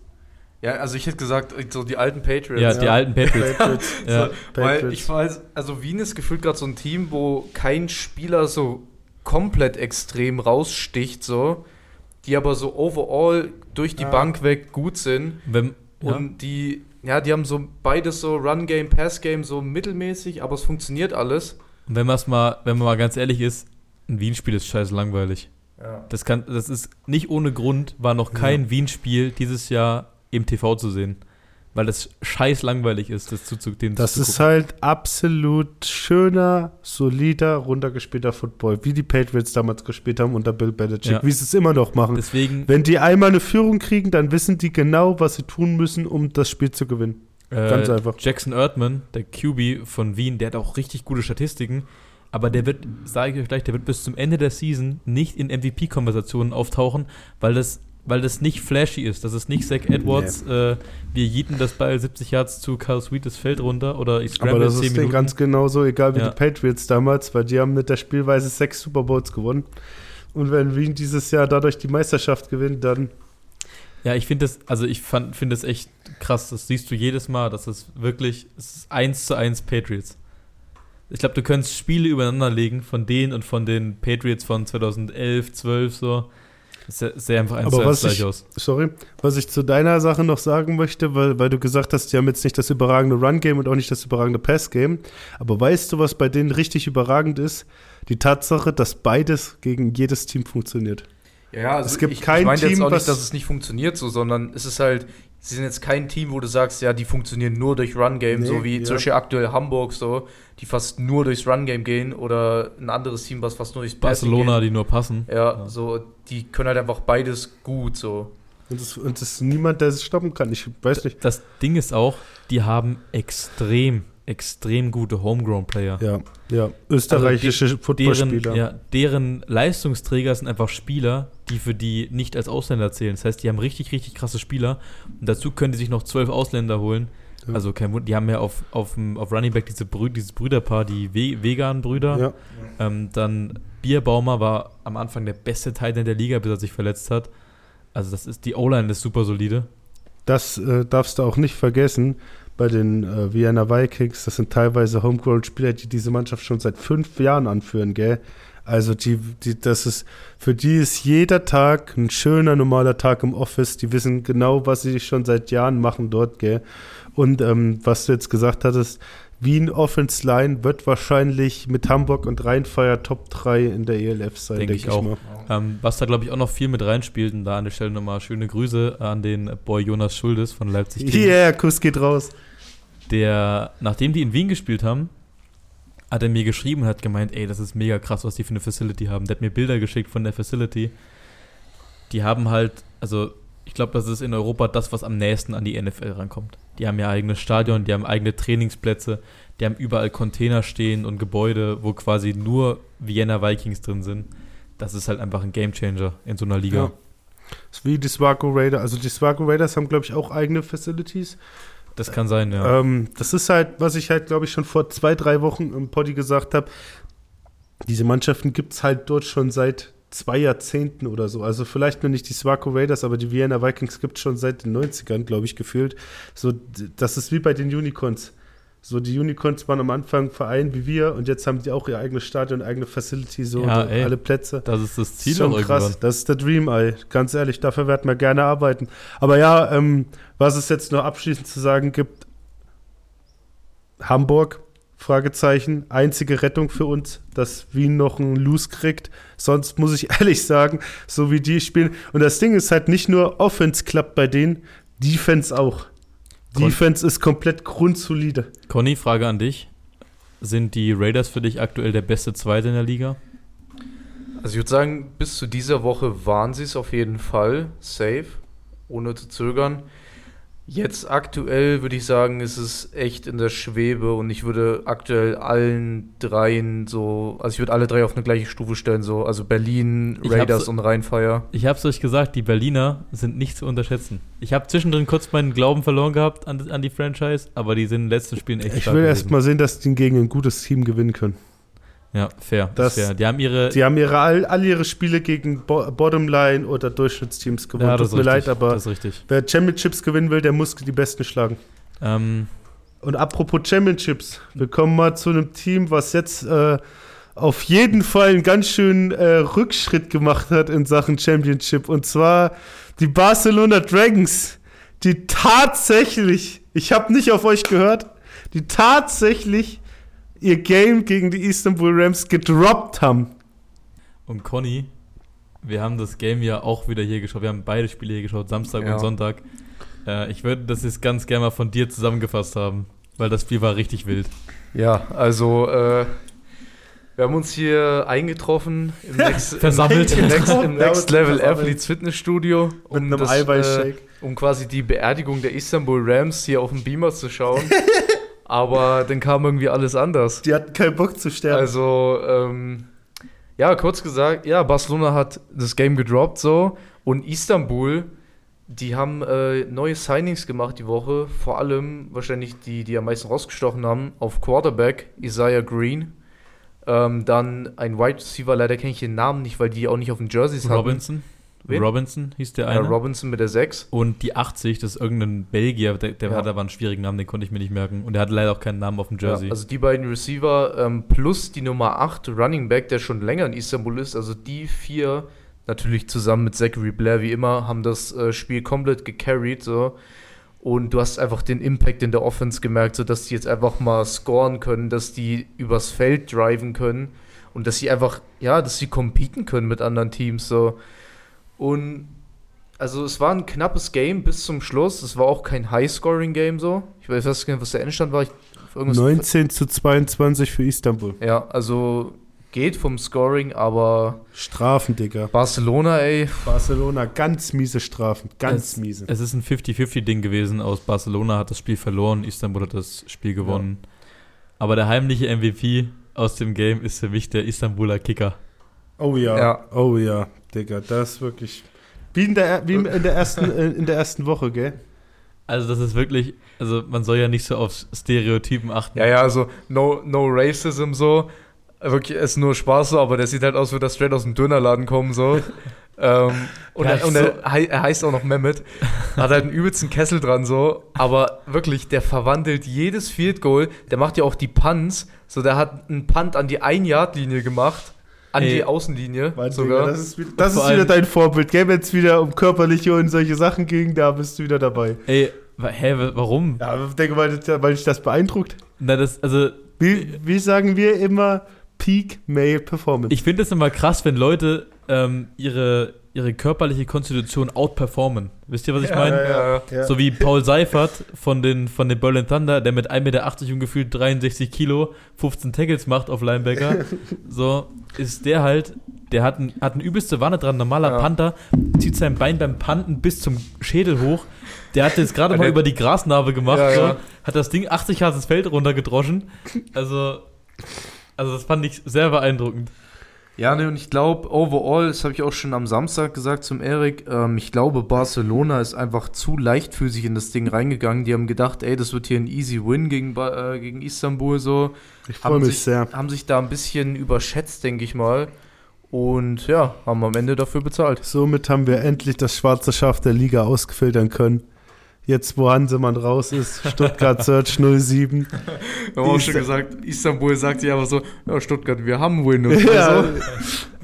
Ja, also ich hätte gesagt, so die alten Patriots. Ja, Ja. die alten Patriots. Patriots. ja. so, weil Patriots. ich weiß, also Wien ist gefühlt gerade so ein Team, wo kein Spieler so komplett extrem raussticht, so, die aber so overall durch die Ja. Bank weg gut sind Wenn, ja. und die, ja, die haben so beides so Run Game, Pass Game so mittelmäßig, aber es funktioniert alles. Und wenn man mal, wenn man mal ganz ehrlich ist, ein Wien-Spiel ist scheiße langweilig. Ja. Das kann, das ist nicht ohne Grund, war noch kein Wien-Spiel dieses Jahr im TV zu sehen. Weil das scheiß langweilig ist, das zu, zu dem Das zu ist halt absolut schöner, solider, runtergespielter Football, wie die Patriots damals gespielt haben unter Bill Belichick, Ja. wie sie es immer noch machen. Deswegen, Wenn die einmal eine Führung kriegen, dann wissen die genau, was sie tun müssen, um das Spiel zu gewinnen. ganz äh, einfach. Jackson Erdmann, der QB von Wien, der hat auch richtig gute Statistiken. Aber der wird, sage ich euch gleich, der wird bis zum Ende der Season nicht in MVP-Konversationen auftauchen, weil das, weil das nicht flashy ist. Das ist nicht Zach Edwards, äh, wir jeeten das Ball 70 Yards zu Carl Sweet das Feld runter oder ich Aber scramble das 10 ist denen Minuten. ganz genauso egal wie Ja. die Patriots damals, weil die haben mit der Spielweise sechs Super Bowls gewonnen. Und wenn Wien dieses Jahr dadurch die Meisterschaft gewinnt, dann Ja, ich finde das, also ich fand- finde das echt krass. Das siehst du jedes Mal. Das ist wirklich, es ist eins zu eins Patriots. Ich glaube, du könntest Spiele übereinander legen von denen und von den Patriots von 2011, 12 so. Das sieht sehr einfach eins Aber zu eins was gleich ich- aus. Sorry, was ich zu deiner Sache noch sagen möchte, weil, weil du gesagt hast, die haben jetzt nicht das überragende Run-Game und auch nicht das überragende Pass-Game. Aber weißt du, was bei denen richtig überragend ist? Die Tatsache, dass beides gegen jedes Team funktioniert. Ja, ja, also Es gibt ich, kein ich meine jetzt Team, auch was- nicht, dass es nicht funktioniert so, sondern es ist halt, sie sind jetzt kein Team, wo du sagst, ja, die funktionieren nur durch Run-Game, Nee, so wie ja. zum Beispiel aktuell Hamburg so, die fast nur durchs Run-Game gehen oder ein anderes Team, was fast nur durchs Passing Barcelona, geht. die nur passen. Ja, Ja. so, die können halt einfach beides gut so. Und es und es ist niemand, der es stoppen kann. Ich weiß nicht. Das Ding ist auch, die haben extrem, extrem gute Homegrown-Player. Ja, ja. Österreichische Footballspieler. Also Deren, ja, deren Leistungsträger sind einfach Spieler, die für die nicht als Ausländer zählen. Das heißt, die haben richtig, richtig krasse Spieler. Und dazu können die sich noch zwölf Ausländer holen. Ja. Also kein Wunder, die haben ja auf, auf, dem- auf Running Back diese Brü dieses Brüderpaar, die We Vegan-Brüder. Ja. Ähm, dann Bierbaumer war am Anfang der beste Teil der Liga, bis er sich verletzt hat. Also das ist, die O-Line ist super solide. Das äh, darfst du auch nicht vergessen bei den äh, Vienna Vikings. Das sind teilweise Homegrown-Spieler, die diese Mannschaft schon seit fünf Jahren anführen, gell? Also die, die, das ist, für die ist jeder Tag ein schöner, normaler Tag im Office. Die wissen genau, was sie schon seit Jahren machen dort, gell? Und ähm, was du jetzt gesagt hattest, Wien Offense Line wird wahrscheinlich mit Hamburg und Rheinfeier Top 3 in der ELF sein, Denk denke ich ich, auch. mal. Ähm, was da, glaube ich, auch noch viel mit reinspielt. Und da an der Stelle nochmal schöne Grüße an den Boy Jonas Schuldes von Leipzig. King. Yeah, Kuss geht raus. der, nachdem die in Wien gespielt haben, hat er mir geschrieben und hat gemeint, ey, das ist mega krass, was die für eine Facility haben. Der hat mir Bilder geschickt von der Facility. Die haben halt, also ich glaube, das ist in Europa das, was am nächsten an die NFL rankommt. Die haben ihr eigenes Stadion, die haben eigene Trainingsplätze, die haben überall Container stehen und Gebäude, wo quasi nur Vienna Vikings drin sind. Das ist halt einfach ein Gamechanger in so einer Liga. Ja. Ist Wie die Swargo Raiders. Also die Swargo Raiders haben, glaube ich, auch eigene Facilities. Das kann sein, ja. Ähm, das ist halt, was ich halt, glaube ich, schon vor zwei, drei Wochen im Poddy gesagt habe. Diese Mannschaften gibt es halt dort schon seit zwei Jahrzehnten oder so. Also vielleicht nur nicht die Swarco Raiders, aber die Vienna Vikings gibt es schon seit den 90ern, glaube ich, gefühlt. So, d- das ist wie bei den Unicorns. So, die Unicorns waren am Anfang ein Verein wie wir und jetzt haben die auch ihr eigenes Stadion, eigene Facility, so Ja, und ey. alle Plätze. das ist das Ziel Schon auch irgendwann. krass, das ist der Dream Eye. Ganz ehrlich, dafür werden wir gerne arbeiten. Aber ja, ähm, was es jetzt nur abschließend zu sagen gibt, Hamburg, Fragezeichen, einzige Rettung für uns, dass Wien noch einen Loose kriegt. Sonst muss ich ehrlich sagen, so wie die spielen. Und das Ding ist halt nicht nur Offense klappt bei denen, Defense auch. Grund- Defense ist komplett grundsolide. Conny, Frage an dich. Sind die Raiders für dich aktuell der beste Zweite in der Liga? Also ich würde sagen, bis zu dieser Woche waren sie es auf jeden Fall. Safe. Ohne zu zögern. Jetzt aktuell würde ich sagen, ist es echt in der Schwebe und ich würde aktuell allen dreien so, also ich würde alle drei auf eine gleiche Stufe stellen, so, also Berlin, Ich Raiders hab's- und Rheinfire. Ich hab's euch gesagt, die Berliner sind nicht zu unterschätzen. Ich habe zwischendrin kurz meinen Glauben verloren gehabt an, an die Franchise, aber die sind in den letzten Spielen echt Ich stark will gewesen. erst mal sehen, dass die gegen ein gutes Team gewinnen können. Ja, fair. Das- ist fair. Die haben ihre. Die haben ihre, all, all ihre Spiele gegen Bo Bottomline oder Durchschnittsteams gewonnen. ja, das Tut mir ist leid, richtig, aber Das ist richtig. wer Championships gewinnen will, der muss die Besten schlagen. Ähm, Und apropos Championships, wir kommen mal zu einem Team, was jetzt äh, auf jeden Fall einen ganz schönen äh, Rückschritt gemacht hat in Sachen Championship. Und zwar die Barcelona Dragons, die tatsächlich, ich habe nicht auf euch gehört, die tatsächlich ihr Game gegen die Istanbul Rams gedroppt haben. und Conny, wir haben das Game ja auch wieder hier geschaut. Wir haben beide Spiele hier geschaut, Samstag Ja. und Sonntag. Äh, ich würde das jetzt ganz gerne mal von dir zusammengefasst haben, weil das Spiel war richtig wild. Ja, also äh, wir haben uns hier eingetroffen im Next, Versammelt. im Next, im Ja, Next Level versammelt. Athletes Fitnessstudio Um Mit einem äh, das, Eiweißshake. um quasi die Beerdigung der Istanbul Rams hier auf dem Beamer zu schauen. Aber dann kam irgendwie alles anders. Die hatten keinen Bock zu sterben. Also, ähm, ja, kurz gesagt, ja, Barcelona hat das Game gedroppt so und Istanbul, die haben äh, neue Signings gemacht die Woche, vor allem wahrscheinlich die, die am meisten rausgestochen haben, auf Quarterback Isaiah Green, ähm, dann ein Wide Receiver, leider kenne ich den Namen nicht, weil die auch nicht auf den Jerseys hatten. Robinson? Wen? Robinson hieß der Ja, eine. Robinson mit der 6. und die 80, das ist irgendein Belgier, der, der Ja. hat aber einen schwierigen Namen, den konnte ich mir nicht merken. Und der hatte leider auch keinen Namen auf dem Jersey. Ja, also die beiden Receiver ähm, plus die Nummer 8 Running Back, der schon länger in Istanbul ist, also die vier natürlich zusammen mit Zachary Blair wie immer haben das äh, Spiel komplett gecarried so. Und du hast einfach den Impact in der Offense gemerkt, so dass die jetzt einfach mal scoren können, dass die übers Feld driven können und dass sie einfach ja, dass sie competen können mit anderen Teams so. Und also es war ein knappes Game bis zum Schluss. Es war auch kein High-Scoring-Game so. Ich weiß nicht, genau, was der Endstand war. Ich, irgendwas- 19 zu 22 für Istanbul. ja, also geht vom Scoring, aber Strafen, Digga. Barcelona, ey. Barcelona, ganz miese Strafen. Ganz miese. Es ist ein 50-50-Ding gewesen. Aus Barcelona hat das Spiel verloren, Istanbul hat das Spiel gewonnen. Aber der heimliche MVP aus dem Game ist für mich der Istanbuler Kicker. Oh ja. Ja. Oh ja, Digga, das ist wirklich. Wie in der, wie in der, ersten, äh, in der ersten Woche, gell? Also, das ist wirklich, also man soll ja nicht so auf Stereotypen achten. Ja, ja, also no, no Racism so. Wirklich, ist nur Spaß so, aber der sieht halt aus, würde er straight aus dem Dönerladen kommen so. ähm, und Ja, er, und so- er, hei- er heißt auch noch Mehmet. Hat halt einen übelsten Kessel dran so. Aber wirklich, der verwandelt jedes Field Goal. Der macht ja auch die Punts. So, der hat einen Punt an die Ein-Yard-Linie gemacht. An Ey. die Außenlinie Mann, sogar. Digga, das ist, wie- das Vor ist wieder allem- dein Vorbild, gell? Wenn es wieder um körperliche und solche Sachen ging, da bist du wieder dabei. Ey, wa- hä, wa- warum? Ja, aber ich denke, weil, das- weil dich das beeindruckt. Na, das, also, Wie, wie sagen wir immer Peak Male Performance? ich finde es immer krass, wenn Leute ähm, ihre, ihre körperliche Konstitution outperformen. Wisst ihr, was also ich meine? ja, ja, ja. So wie Paul Seifert von den, von den Berlin Thunder, der mit 1,80 Meter und gefühlt 63 Kilo 15 Tackles macht auf Linebacker. So ist der halt, der hat, ein, hat eine übelste Wanne dran. Normaler Ja. Panther zieht sein Bein beim Panten bis zum Schädel hoch. Der hat jetzt gerade Ja, mal der- über die Grasnarbe gemacht. Ja, so. ja. Hat das Ding 80 Yards ins Feld runtergedroschen. Also, also das fand ich sehr beeindruckend. Ja, ne, und ich glaube, overall, das habe ich auch schon am Samstag gesagt zum Erik, ähm, ich glaube, Barcelona ist einfach zu leichtfüßig in das Ding reingegangen. Die haben gedacht, ey, das wird hier ein easy win gegen, Ba- äh, gegen Istanbul so. ich freue Haben mich sich, sehr. haben sich da ein bisschen überschätzt, denke ich mal. Und ja, haben am Ende dafür bezahlt. Somit haben wir endlich das schwarze Schaf der Liga ausgefiltern können. Jetzt, wo Hansemann raus ist, Stuttgart Search 07. Wir haben auch schon gesagt, Istanbul sagt sich aber so, ja, Stuttgart, wir haben Win. Ja.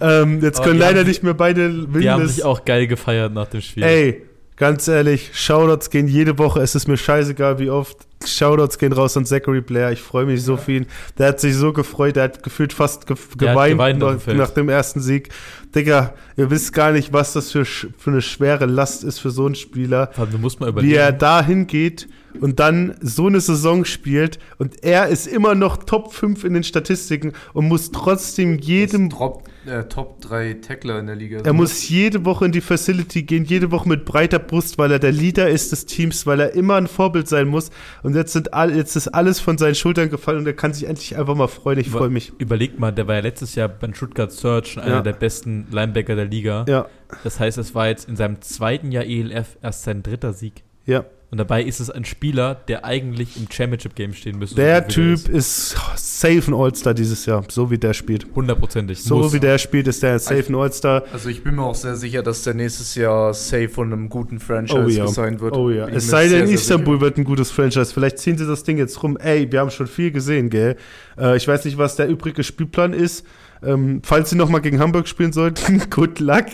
ähm, jetzt Aber können Also, Oh, die leider haben- nicht mehr beide Die haben Windes- sich auch geil gefeiert nach dem Spiel. Ey, ganz ehrlich, Shoutouts gehen jede Woche. Es ist mir scheißegal, wie oft. Shoutouts gehen raus an Zachary Blair. Ich freue mich so für ihn. Der hat sich so gefreut. Der hat gefühlt fast ge Der hat geweint, geweint auf dem nach, Feld. nach dem ersten Sieg. Digga, ihr wisst gar nicht, was das für, sch- für eine schwere Last ist für so einen Spieler. Vor allem, du musst mal Wie er überlegen. da hingeht und dann so eine Saison spielt und er ist immer noch Top 5 in den Statistiken und muss trotzdem jedem Ist Top, äh, Top 3 Tackler in der Liga. er muss jede Woche in die Facility gehen, jede Woche mit breiter Brust, weil er der Leader ist des Teams, weil er immer ein Vorbild sein muss. Und jetzt, sind all, jetzt ist alles von seinen Schultern gefallen und er kann sich endlich einfach mal freuen. Ich Wa- freue mich. Überlegt mal, der war ja letztes Jahr beim Stuttgart Search schon einer Ja. der besten Linebacker der Liga. Ja, Das heißt, es war jetzt in seinem zweiten Jahr ELF erst sein dritter Sieg. ja. Und dabei ist es ein Spieler, der eigentlich im Championship-Game stehen müsste. so Der gut wie er Typ ist safe ein All-Star dieses Jahr, so wie der spielt. ist. Hundertprozentig. So Muss. wie der spielt, ist der safe ein All-Star. also ich bin mir auch sehr sicher, dass der nächstes Jahr safe von einem guten Franchise Oh ja. gesigned wird. Oh ja, Bin es mir sei sehr, denn, sehr Istanbul wird ein gutes Franchise. Vielleicht ziehen sie das Ding jetzt rum. Ey, wir haben schon viel gesehen, gell? Äh, ich weiß nicht, was der übrige Spielplan ist. Ähm, falls sie nochmal gegen Hamburg spielen sollten, good luck.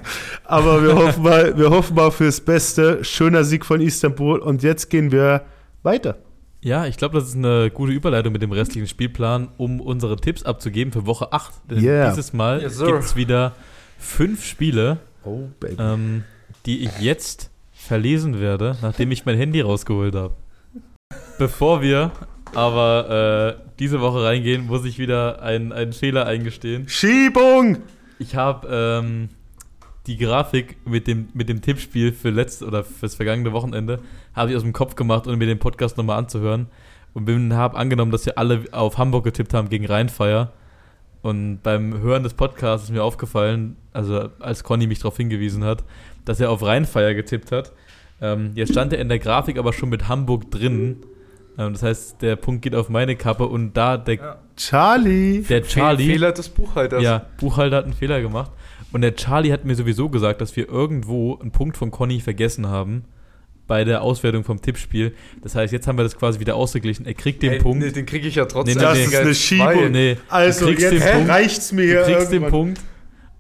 Aber wir hoffen, mal, wir hoffen mal fürs Beste. Schöner Sieg von Istanbul. Und jetzt gehen wir weiter. Ja, ich glaube, das ist eine gute Überleitung mit dem restlichen Spielplan, um unsere Tipps abzugeben für Woche 8. Denn Yeah. dieses Mal Yes, sir. gibt's wieder fünf Spiele, Oh, Baby. ähm, die ich jetzt verlesen werde, nachdem ich mein Handy rausgeholt habe. Bevor wir aber äh, diese Woche reingehen, muss ich wieder einen, einen Fehler eingestehen. Schiebung! Ich habe ähm, die Grafik mit dem, mit dem Tippspiel für letzt oder fürs vergangene Wochenende habe ich aus dem Kopf gemacht, um mir den Podcast nochmal anzuhören. Und bin habe angenommen, dass wir alle auf Hamburg getippt haben gegen Rheinfeier. Und beim Hören des Podcasts ist mir aufgefallen, also als Conny mich darauf hingewiesen hat, dass er auf Rheinfeier getippt hat. Ähm, jetzt stand er in der Grafik aber schon mit Hamburg drin. Ähm, das heißt, der Punkt geht auf meine Kappe und da der, Ja. Charlie! der Fe- Charlie. Fehler des halt Buchhalters. Ja, Buchhalter hat einen Fehler gemacht. Und der Charlie hat mir sowieso gesagt, dass wir irgendwo einen Punkt von Conny vergessen haben bei der Auswertung vom Tippspiel. Das heißt, jetzt haben wir das quasi wieder ausgeglichen. Er kriegt den Ey, Punkt. Nee, ne, den kriege ich ja trotzdem. Nee, nee, Das nee. ist eine Schiebung. Weil- nee, Also, du kriegst jetzt den Punkt. reicht's mir. Du hier kriegst den irgendwann. Punkt.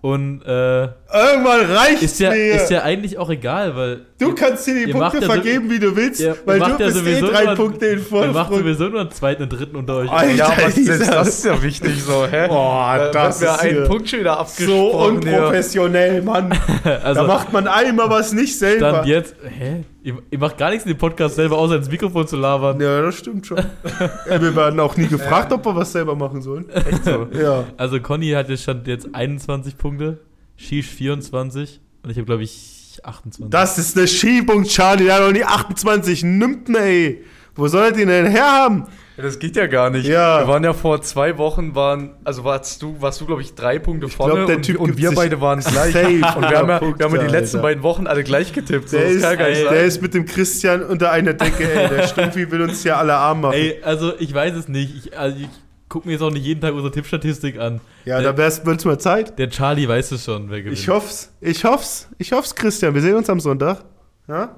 Und äh, Irgendwann reicht's ist, ja, mir. hier. ist ja eigentlich auch egal, weil. du kannst dir die ihr Punkte macht ja so- vergeben, wie du willst, ihr weil du macht ja bist eh sowieso drei nur- Punkte Ihr in macht Vorsprung. sowieso nur einen zweiten und dritten unter euch. Alter. Ja, aber Ah, Dieser- selbst das ist ja wichtig so, hä? Boah, Da das wird mir ist Äh, einen hier Punkt schon wieder so abgesprochen. hier. unprofessionell, Mann. da Also, macht man einmal was nicht selber. dann jetzt. Hä? Ihr, ihr macht gar nichts in dem Podcast selber, außer ins Mikrofon zu labern. Ja, das stimmt schon. Ja, wir werden auch nie gefragt, ob wir was selber machen sollen. Echt so. Ja. Also Conny hat jetzt stand jetzt 21 Punkte, Shish 24 und ich habe glaube ich 28. Das ist eine Schiebung, Charlie. Der hat noch nie 28 Nimmt ey. Wo soll er den denn herhaben? Ja, Das geht ja gar nicht. Ja. Wir waren ja vor zwei Wochen, waren, also warst du, warst du, glaube ich, drei Punkte vorne glaub, der und, Typ und gibt wir sich beide waren gleich. safe und wir haben ja, Punkte, wir haben ja die letzten Alter. beiden Wochen alle gleich getippt. So, Der, das ist, kann ja gar nicht der sein. ist mit dem Christian unter einer Decke, ey. Der Stumpfi will uns hier alle arm machen. Ey, also ich weiß es nicht. Ich, also ich gucke mir jetzt auch nicht jeden Tag unsere Tippstatistik an. ja, der, äh, da wär's wird's mal Zeit. der Charlie weiß es schon, wer gewinnt. Ich hoff's. Ich hoff's. Ich hoff's, Christian. Wir sehen uns am Sonntag. Ja?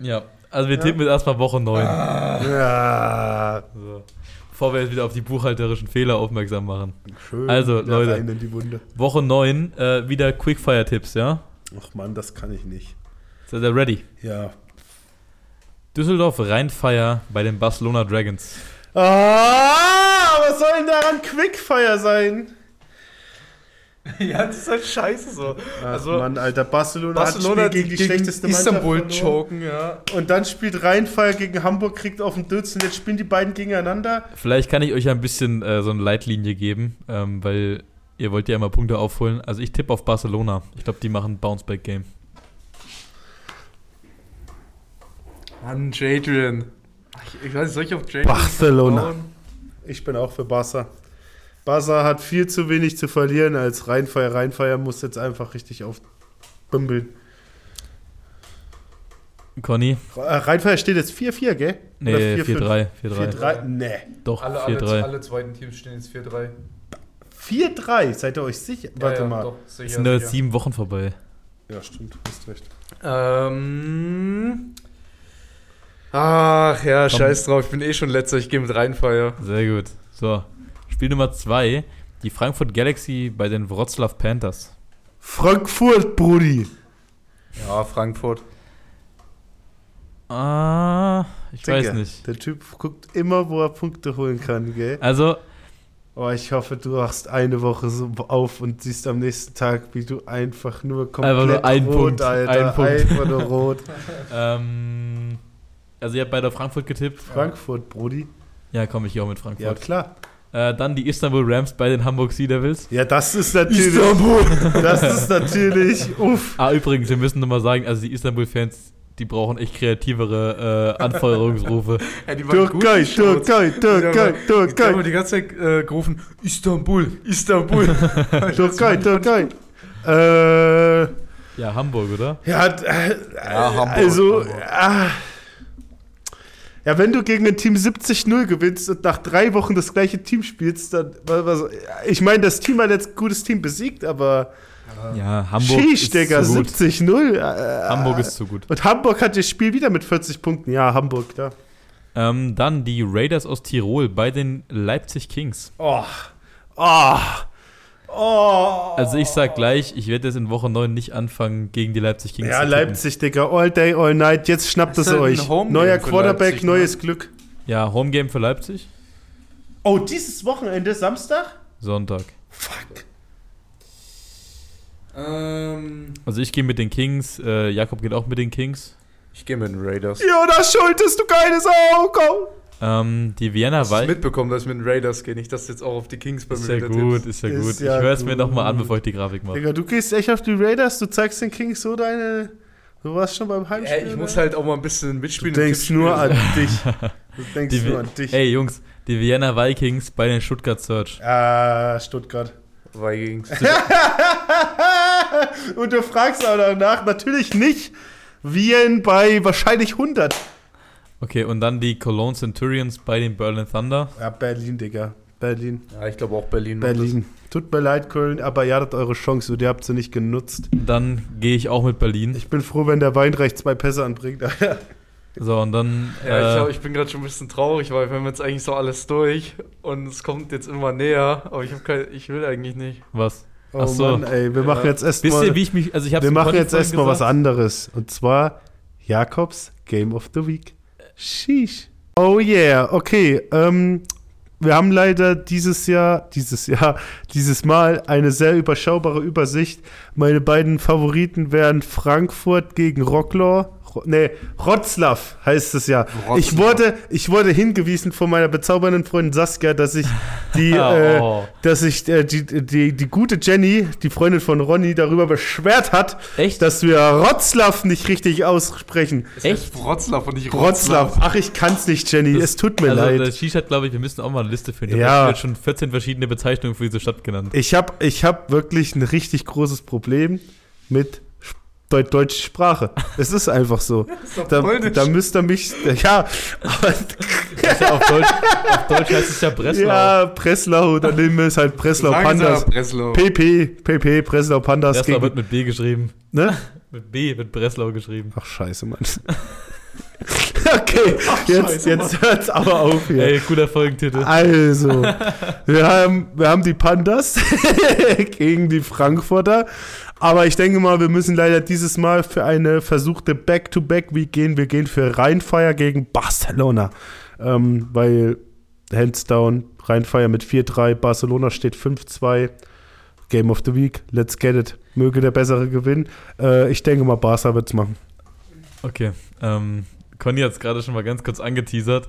Ja, also wir tippen jetzt erstmal Woche 9. Ah. Ja. So. Bevor wir jetzt wieder auf die buchhalterischen Fehler aufmerksam machen. Schön. Also, Der Leute. Rein in die Wunde. Woche 9, äh, wieder Quickfire-Tipps, ja? Ach Mann, das kann ich nicht. Seid ihr ready? Ja. Düsseldorf Rheinfeier bei den Barcelona Dragons. Ah, was soll denn daran Quickfire sein? ja, das ist halt scheiße so. Ach also, Mann, Alter, Barcelona, Barcelona hat ein Spiel gegen die schlechteste Istanbul Mannschaft verloren. choken, ja. Und dann spielt Rheinfire gegen Hamburg, kriegt auf den Dürzen, jetzt spielen die beiden gegeneinander. Vielleicht kann ich euch ja ein bisschen äh, so eine Leitlinie geben, ähm, weil ihr wollt ja immer Punkte aufholen. Also ich tippe auf Barcelona. Ich glaube, die machen ein Bounceback-Game. Mann, Jadrian. Ich, ich weiß nicht, soll ich auf Jadrian Barcelona. vertrauen? Ich bin auch für Barca. Barca hat viel zu wenig zu verlieren als Rheinfire. Rheinfire muss jetzt einfach richtig aufbümbeln. Conny? Äh, Rheinfire steht jetzt 4-4, gell? Nee, 4-3. 4-3. 4-3. Nee. Doch, Alle, alle, 4-3. alle zweiten Teams stehen jetzt 4-3. 4-3, seid ihr euch sicher? Warte ja, ja, mal. Doch, sicher, Es sind nur sicher. jetzt sieben Wochen vorbei. Ja, stimmt, hast recht. Ähm. Ach ja, Komm. scheiß drauf, ich bin eh schon letzter, ich gehe mit Rheinfeier. Sehr gut. So, Spiel Nummer zwei. Die Frankfurt Galaxy bei den Wroclaw Panthers. Frankfurt, Brudi. Ja, Frankfurt. Ah, ich weiß Digga, nicht. Der Typ guckt immer, wo er Punkte holen kann, gell? Also, Oh, ich hoffe, du wachst eine Woche so auf und siehst am nächsten Tag, wie du einfach nur komplett Einfach nur ein rot, Punkt, Alter. ein Punkt. Einfach nur rot. ähm, also ihr habt beide auf Frankfurt getippt. Frankfurt, Brudi. Ja, komm, ich gehe auch mit Ja, Frankfurt. klar. Äh, dann die Istanbul Rams bei den Hamburg Sea Devils. Ja, das ist natürlich. Das ist natürlich. Uff. Ah, übrigens, wir müssen nochmal sagen, also die Istanbul-Fans, die brauchen echt kreativere äh, Anfeuerungsrufe. Ja, die waren gut, Türkei, die Shorts. Türkei, Türkei, Die haben Türkei, die ganze Zeit äh, gerufen, Istanbul, Istanbul. Türkei, Türkei. Äh, Ja, Hamburg, oder? ja, äh, Ja, Hamburg, also, Hamburg. ah. ja, wenn du gegen ein Team 70-0 gewinnst und nach drei Wochen das gleiche Team spielst, dann, was, was, ich meine, das Team hat jetzt ein gutes Team besiegt, aber Ja, Hamburg Schisch, Digga, zu gut. 70-0. Äh, Hamburg ist zu gut. und Hamburg hat das Spiel wieder mit 40 Punkten. Ja, Hamburg, da. Ähm, dann die Raiders aus Tirol bei den Leipzig Kings. Oh. Oh. Oh. Also ich sag gleich, ich werde jetzt in Woche 9 nicht anfangen, gegen die Leipzig Kings ja, zu tippen. Leipzig, Digga. All day, all night. Jetzt schnappt Das es ist halt ein euch. Home-Game Neuer für Quarterback, Leipzig, ne? neues Glück. Ja, Homegame für Leipzig. Oh, dieses Wochenende, Samstag? Sonntag. Fuck. ähm, Also ich gehe mit den Kings, äh, Jakob geht auch mit den Kings. ich gehe mit den Raiders. Jonas Schultes, du geiles Sau, komm. Ähm, die Vienna Hast du's Wal mitbekommen, dass ich mit den Raiders gehe, nicht, dass du jetzt auch auf die Kings bei Ist mir ja wieder gut, tippst. ist ja Ist gut. ja ich höre es mir gut. nochmal an, bevor ich die Grafik mache. Digga, du gehst echt auf die Raiders. Du zeigst den Kings so deine... Du warst schon beim Heimspiel. Hä, ich muss ne? halt auch mal ein bisschen Du mitspielen. im denkst Tippspiel. nur an dich. Du denkst Die, nur an dich. ey Jungs, die Vienna Vikings bei den Stuttgart Search. Ah, Stuttgart. Vikings. Und du fragst auch danach natürlich nicht, Wien bei wahrscheinlich 100. Okay, und dann die Cologne Centurions bei den Berlin Thunder. Ja, Berlin, Digga. Berlin. Ja, ich glaube auch Berlin. macht Berlin. Tut mir leid, Köln, aber ihr hattet eure Chance und ihr habt sie nicht genutzt. Dann gehe ich auch mit Berlin. Ich bin froh, wenn der Weinreich zwei Pässe anbringt. Oh So, und dann. das. Ja, ich, glaub, äh, ich bin gerade schon ein bisschen traurig, weil wir haben jetzt eigentlich so alles durch und es kommt jetzt immer näher, aber ich, hab kein, ich will eigentlich nicht. was? Oh Ach so. Mann, ey, wir Ja. machen jetzt Wisst ihr, erstmal. wie ich mich. Also ich hab's Wir dem machen Conny jetzt vorhin erstmal was gesagt. anderes. Und zwar Jakobs Game of the Week. Sheesh. Oh yeah, okay. Ähm, wir haben leider dieses Jahr, dieses Jahr, dieses Mal eine sehr überschaubare Übersicht. Meine beiden Favoriten wären Frankfurt gegen Rocklaw. Ro nee, Rotzlaff heißt es ja. Ich wurde, ich wurde hingewiesen von meiner bezaubernden Freundin Saskia, dass ich die, äh, oh. dass ich äh, die, die, die gute Jenny, die Freundin von Ronny, darüber beschwert hat, Echt? dass wir Rotzlaff nicht richtig aussprechen. Es Echt? heißt Wroclaw und nicht Wroclaw. Rotzlaff. Ach, ich kann's nicht, Jenny. Das- es tut mir also, der leid. Shish hat, glaube ich, wir müssen auch mal eine Liste finden. Ja. Ich schon 14 verschiedene Bezeichnungen für diese Stadt genannt. Ich hab, ich hab wirklich ein richtig großes Problem mit deu- deutscher Sprache. Es ist einfach so. Da, polnisch. da müsst ihr mich. Ja, aber, Ist ja auf, Deutsch, auf Deutsch heißt es ja Breslau. ja, Breslau, dann nehmen wir es halt Breslau Sagen Sie Pandas. aber Breslau. PP, PP, Breslau Pandas Breslau wird gegen. mit B geschrieben. Ne? Mit B wird Breslau geschrieben. Ach, scheiße, Mann. okay, jetzt, scheiße, jetzt hört's aber auf hier. Ey, cooler Folgentitel. Also, wir haben, wir haben die Pandas gegen die Frankfurter. Aber ich denke mal, wir müssen leider dieses Mal für eine versuchte Back-to-Back-Week gehen. Wir gehen für Rheinfeier gegen Barcelona. Ähm, weil, hands down, Rheinfeier mit 4-3, Barcelona steht 5-2. Game of the Week, let's get it. Möge der Bessere gewinnen. Äh, ich denke mal, Barca wird's machen. Okay, ähm, Conny hat es gerade schon mal ganz kurz angeteasert.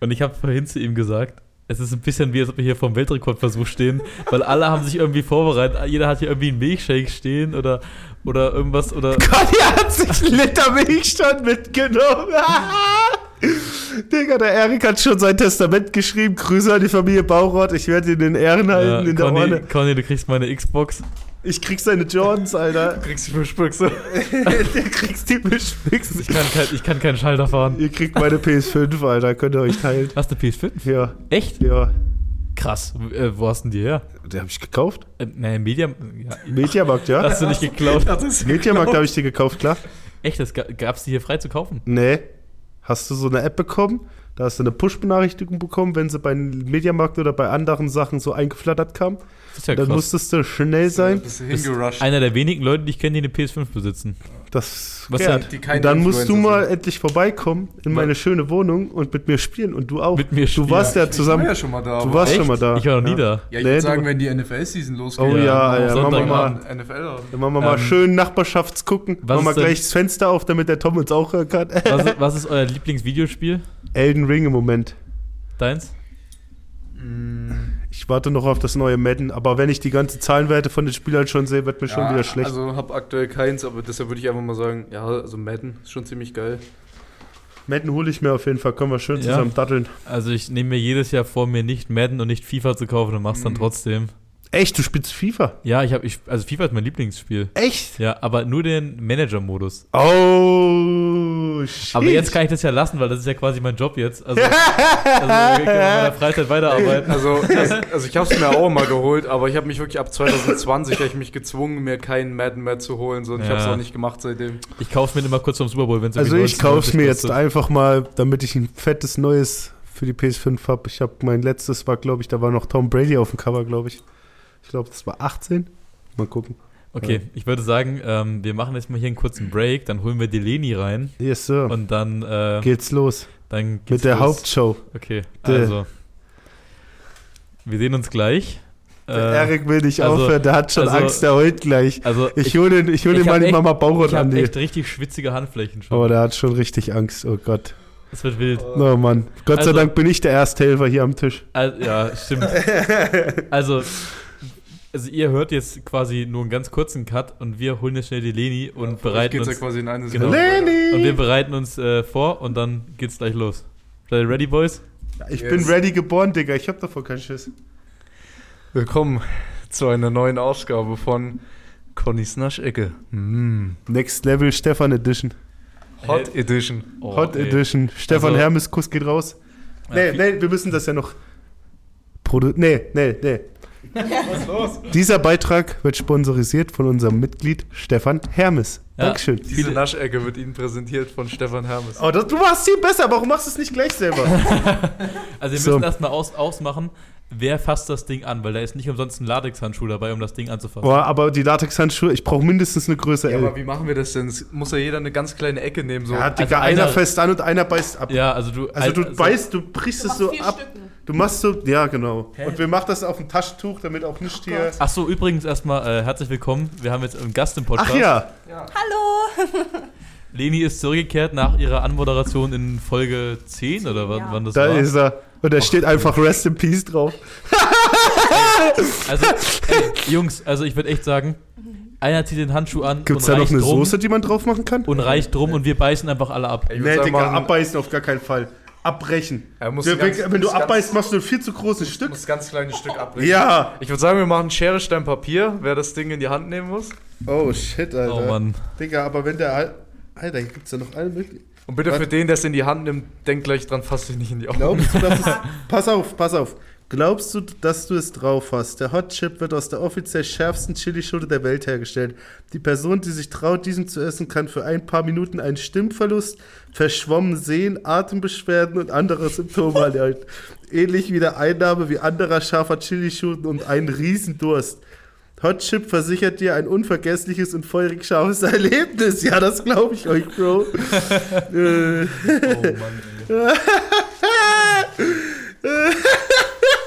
Und ich habe vorhin zu ihm gesagt, es ist ein bisschen wie, als ob wir hier vor dem Weltrekordversuch stehen, weil alle haben sich irgendwie vorbereitet. Jeder hat hier irgendwie einen Milchshake stehen oder, oder irgendwas. Oder Conny hat sich einen Liter Milch schon mitgenommen. Digga, der Erik hat schon sein Testament geschrieben. Grüße an die Familie Bauroth. Ich werde ihn in Ehren halten, äh, in der Conny, Rolle. Conny, du kriegst meine Xbox. Ich krieg seine Jordans, Alter. Du kriegst die Verspüchse. du kriegst die Ich Beschwixen. kann, kein, ich kann keinen Schalter fahren. Ihr kriegt meine PS5, Alter. Könnt ihr euch teilen. Hast du PS5? Ja, Echt? ja. Krass. Äh, wo hast denn die her? Die habe ich gekauft. Äh, naja, Media. Ja. Mediamarkt, ja. Hast du nicht geklaut? Das ist genau- Mediamarkt habe ich die gekauft, klar. Echt, das ga- gab's die hier frei zu kaufen? Nee. Hast du so eine App bekommen? Da hast du eine Push-Benachrichtigung bekommen, wenn sie beim Mediamarkt oder bei anderen Sachen so eingeflattert kam. Das ist ja dann krass. musstest du schnell sein. bisschen Bist hingerusht. Einer der wenigen Leute, die ich kenne, die eine PS5 besitzen. Das Was ja. denn? Die keine Und dann musst du Influencer mal sind. endlich vorbeikommen in meine schöne Wohnung und mit mir spielen und du auch. Mit mir du spielen. warst ja Ich zusammen. war ja schon mal da. Du aber- warst Echt? schon mal da. Ich war noch nie ja. da. Ja, ich Nee, würde du- sagen, wenn die NFL-Season losgeht. Oh ja, ja, Sonntag. machen wir mal, Sonntagabend NFL an. dann machen wir mal Ähm, schön Nachbarschafts gucken. was Machen wir ist denn- gleich das Fenster auf, damit der Tom uns auch hören kann. Was, ist- was ist euer Lieblingsvideospiel? Elden Ring im Moment. Deins? Mm, Ich warte noch auf das neue Madden, aber wenn ich die ganzen Zahlenwerte von den Spielern schon sehe, wird mir schon ja, wieder schlecht. Also habe aktuell keins, aber deshalb würde ich einfach mal sagen, ja, also Madden ist schon ziemlich geil. Madden hole ich mir auf jeden Fall, können wir schön Ja. zusammen datteln. Also ich nehme mir jedes Jahr vor, mir nicht Madden und nicht FIFA zu kaufen und mach's dann Mhm. trotzdem. Echt, du spielst FIFA? Ja, ich habe ich also FIFA ist mein Lieblingsspiel. Echt? Ja, aber nur den Manager Modus. Oh, shit. Aber jetzt kann ich das ja lassen, weil das ist ja quasi mein Job jetzt. Also, also ich kann in meiner Freizeit weiterarbeiten. Also, das, also ich habe es mir auch mal geholt, aber ich habe mich wirklich ab 2020 hab ich mich gezwungen, mir keinen Madden mehr zu holen, sondern ich Ja. habe es auch nicht gemacht seitdem. Ich kauf's mir immer kurz zum Super Bowl, wenn es Also ich kauf's mir jetzt einfach mal, damit ich ein fettes neues für die PS5 habe. Ich habe mein letztes war, glaube ich, da war noch Tom Brady auf dem Cover, glaube ich. Ich glaube, das war 18. Mal gucken. Okay, ich würde sagen, ähm, wir machen jetzt mal hier einen kurzen Break, dann holen wir Delaney rein Yes, Sir. und dann, äh, Geht's los dann geht's mit der los. Hauptshow. Okay, Der- also. Wir sehen uns gleich. Der Äh, Erik will nicht also- aufhören, der hat schon also- Angst, der heult gleich. also Ich hole den, ich hol ich den hab mal die echt- Mama Bauchrot Ich an habe die. echt richtig schwitzige Handflächen schon. Oh, der hat schon richtig Angst, oh Gott. Das wird wild. Äh, Oh Mann. Gott Also- sei Dank bin ich der Ersthelfer hier am Tisch. Also, ja, stimmt. Also, also, ihr hört jetzt quasi nur einen ganz kurzen Cut und wir holen jetzt schnell die Leni und bereiten geht's ja uns. quasi in eine Genau. Und wir Leni! bereiten uns äh, vor und dann geht's gleich los. Seid ihr ready, Boys? Ich Yes. bin ready geboren, Digga. Ich hab davon keinen Schiss. Willkommen zu einer neuen Ausgabe von Connys Naschecke. Mm. Next Level Stefan Edition. Hot Edition. Oh, Hot ey. Edition. Stefan Also- Hermes, Kuss geht raus. Ja, Nee, viel- nee, wir müssen das ja noch. Produ nee, nee, nee. Was los? Dieser Beitrag wird sponsorisiert von unserem Mitglied Stefan Hermes. Ja. Dankeschön. Diese Naschecke wird Ihnen präsentiert von Stefan Hermes. Oh, das, du machst viel besser, warum machst du es nicht gleich selber? Also, wir So. müssen erstmal aus, ausmachen, wer fasst das Ding an, weil da ist nicht umsonst ein Latexhandschuh dabei, um das Ding anzufassen. Boah, aber die Latexhandschuhe, ich brauche mindestens eine Größe Ja, L. aber wie machen wir das denn? Es muss ja jeder eine ganz kleine Ecke nehmen. So. Ja, Digga, Also einer- einer, fest an und einer beißt ab. Ja, also du. Also du beißt, du brichst es so ab. Du machst so, ja genau. Hä? Und wir machen das auf ein Taschentuch, damit auch nicht hier. Ach so, übrigens erstmal äh, herzlich willkommen. Wir haben jetzt einen Gast im Podcast. Ach ja, Hallo! Leni ist zurückgekehrt nach ihrer Anmoderation in Folge 10 oder wann, Ja. wann das da war. ist er. Und da steht einfach Rest in Peace drauf. Also, ey, Jungs, also ich würde echt sagen, einer zieht den Handschuh an Gibt's und da noch reicht eine drum Soße, die man drauf machen kann? und reicht drum und wir beißen einfach alle ab. Ich würd Nee, sagen, Digga, machen- abbeißen auf gar keinen Fall. Abbrechen. Er muss Wir- ganz- wenn, wenn du muss ganz- abbeißt, machst du ein viel zu großes Stück. muss ganz kleines Stück abbrechen. Ja. Ich würde sagen, wir machen Schere, Stein, Papier, wer das Ding in die Hand nehmen muss. Oh shit, Alter. Oh Mann. Digga, aber wenn der. Alter, hier gibt's ja noch eine Möglichkeit. Und bitte Was? für den, der es in die Hand nimmt, denk gleich dran, fass dich nicht in die Augen. Glaubst du, dass es, pass auf, pass auf. Glaubst du, dass du es drauf hast? Der Hot Chip wird aus der offiziell schärfsten Chilischote der Welt hergestellt. Die Person, die sich traut, diesen zu essen, kann für ein paar Minuten einen Stimmverlust, verschwommen Sehen, Atembeschwerden und andere Symptome erleiden. Ähnlich wie der Einnahme wie anderer scharfer Chilischoten und einen Riesendurst. Hot Chip versichert dir ein unvergessliches und feurig scharfes Erlebnis. Ja, das glaube ich euch, Bro. Oh äh, Mann, ey.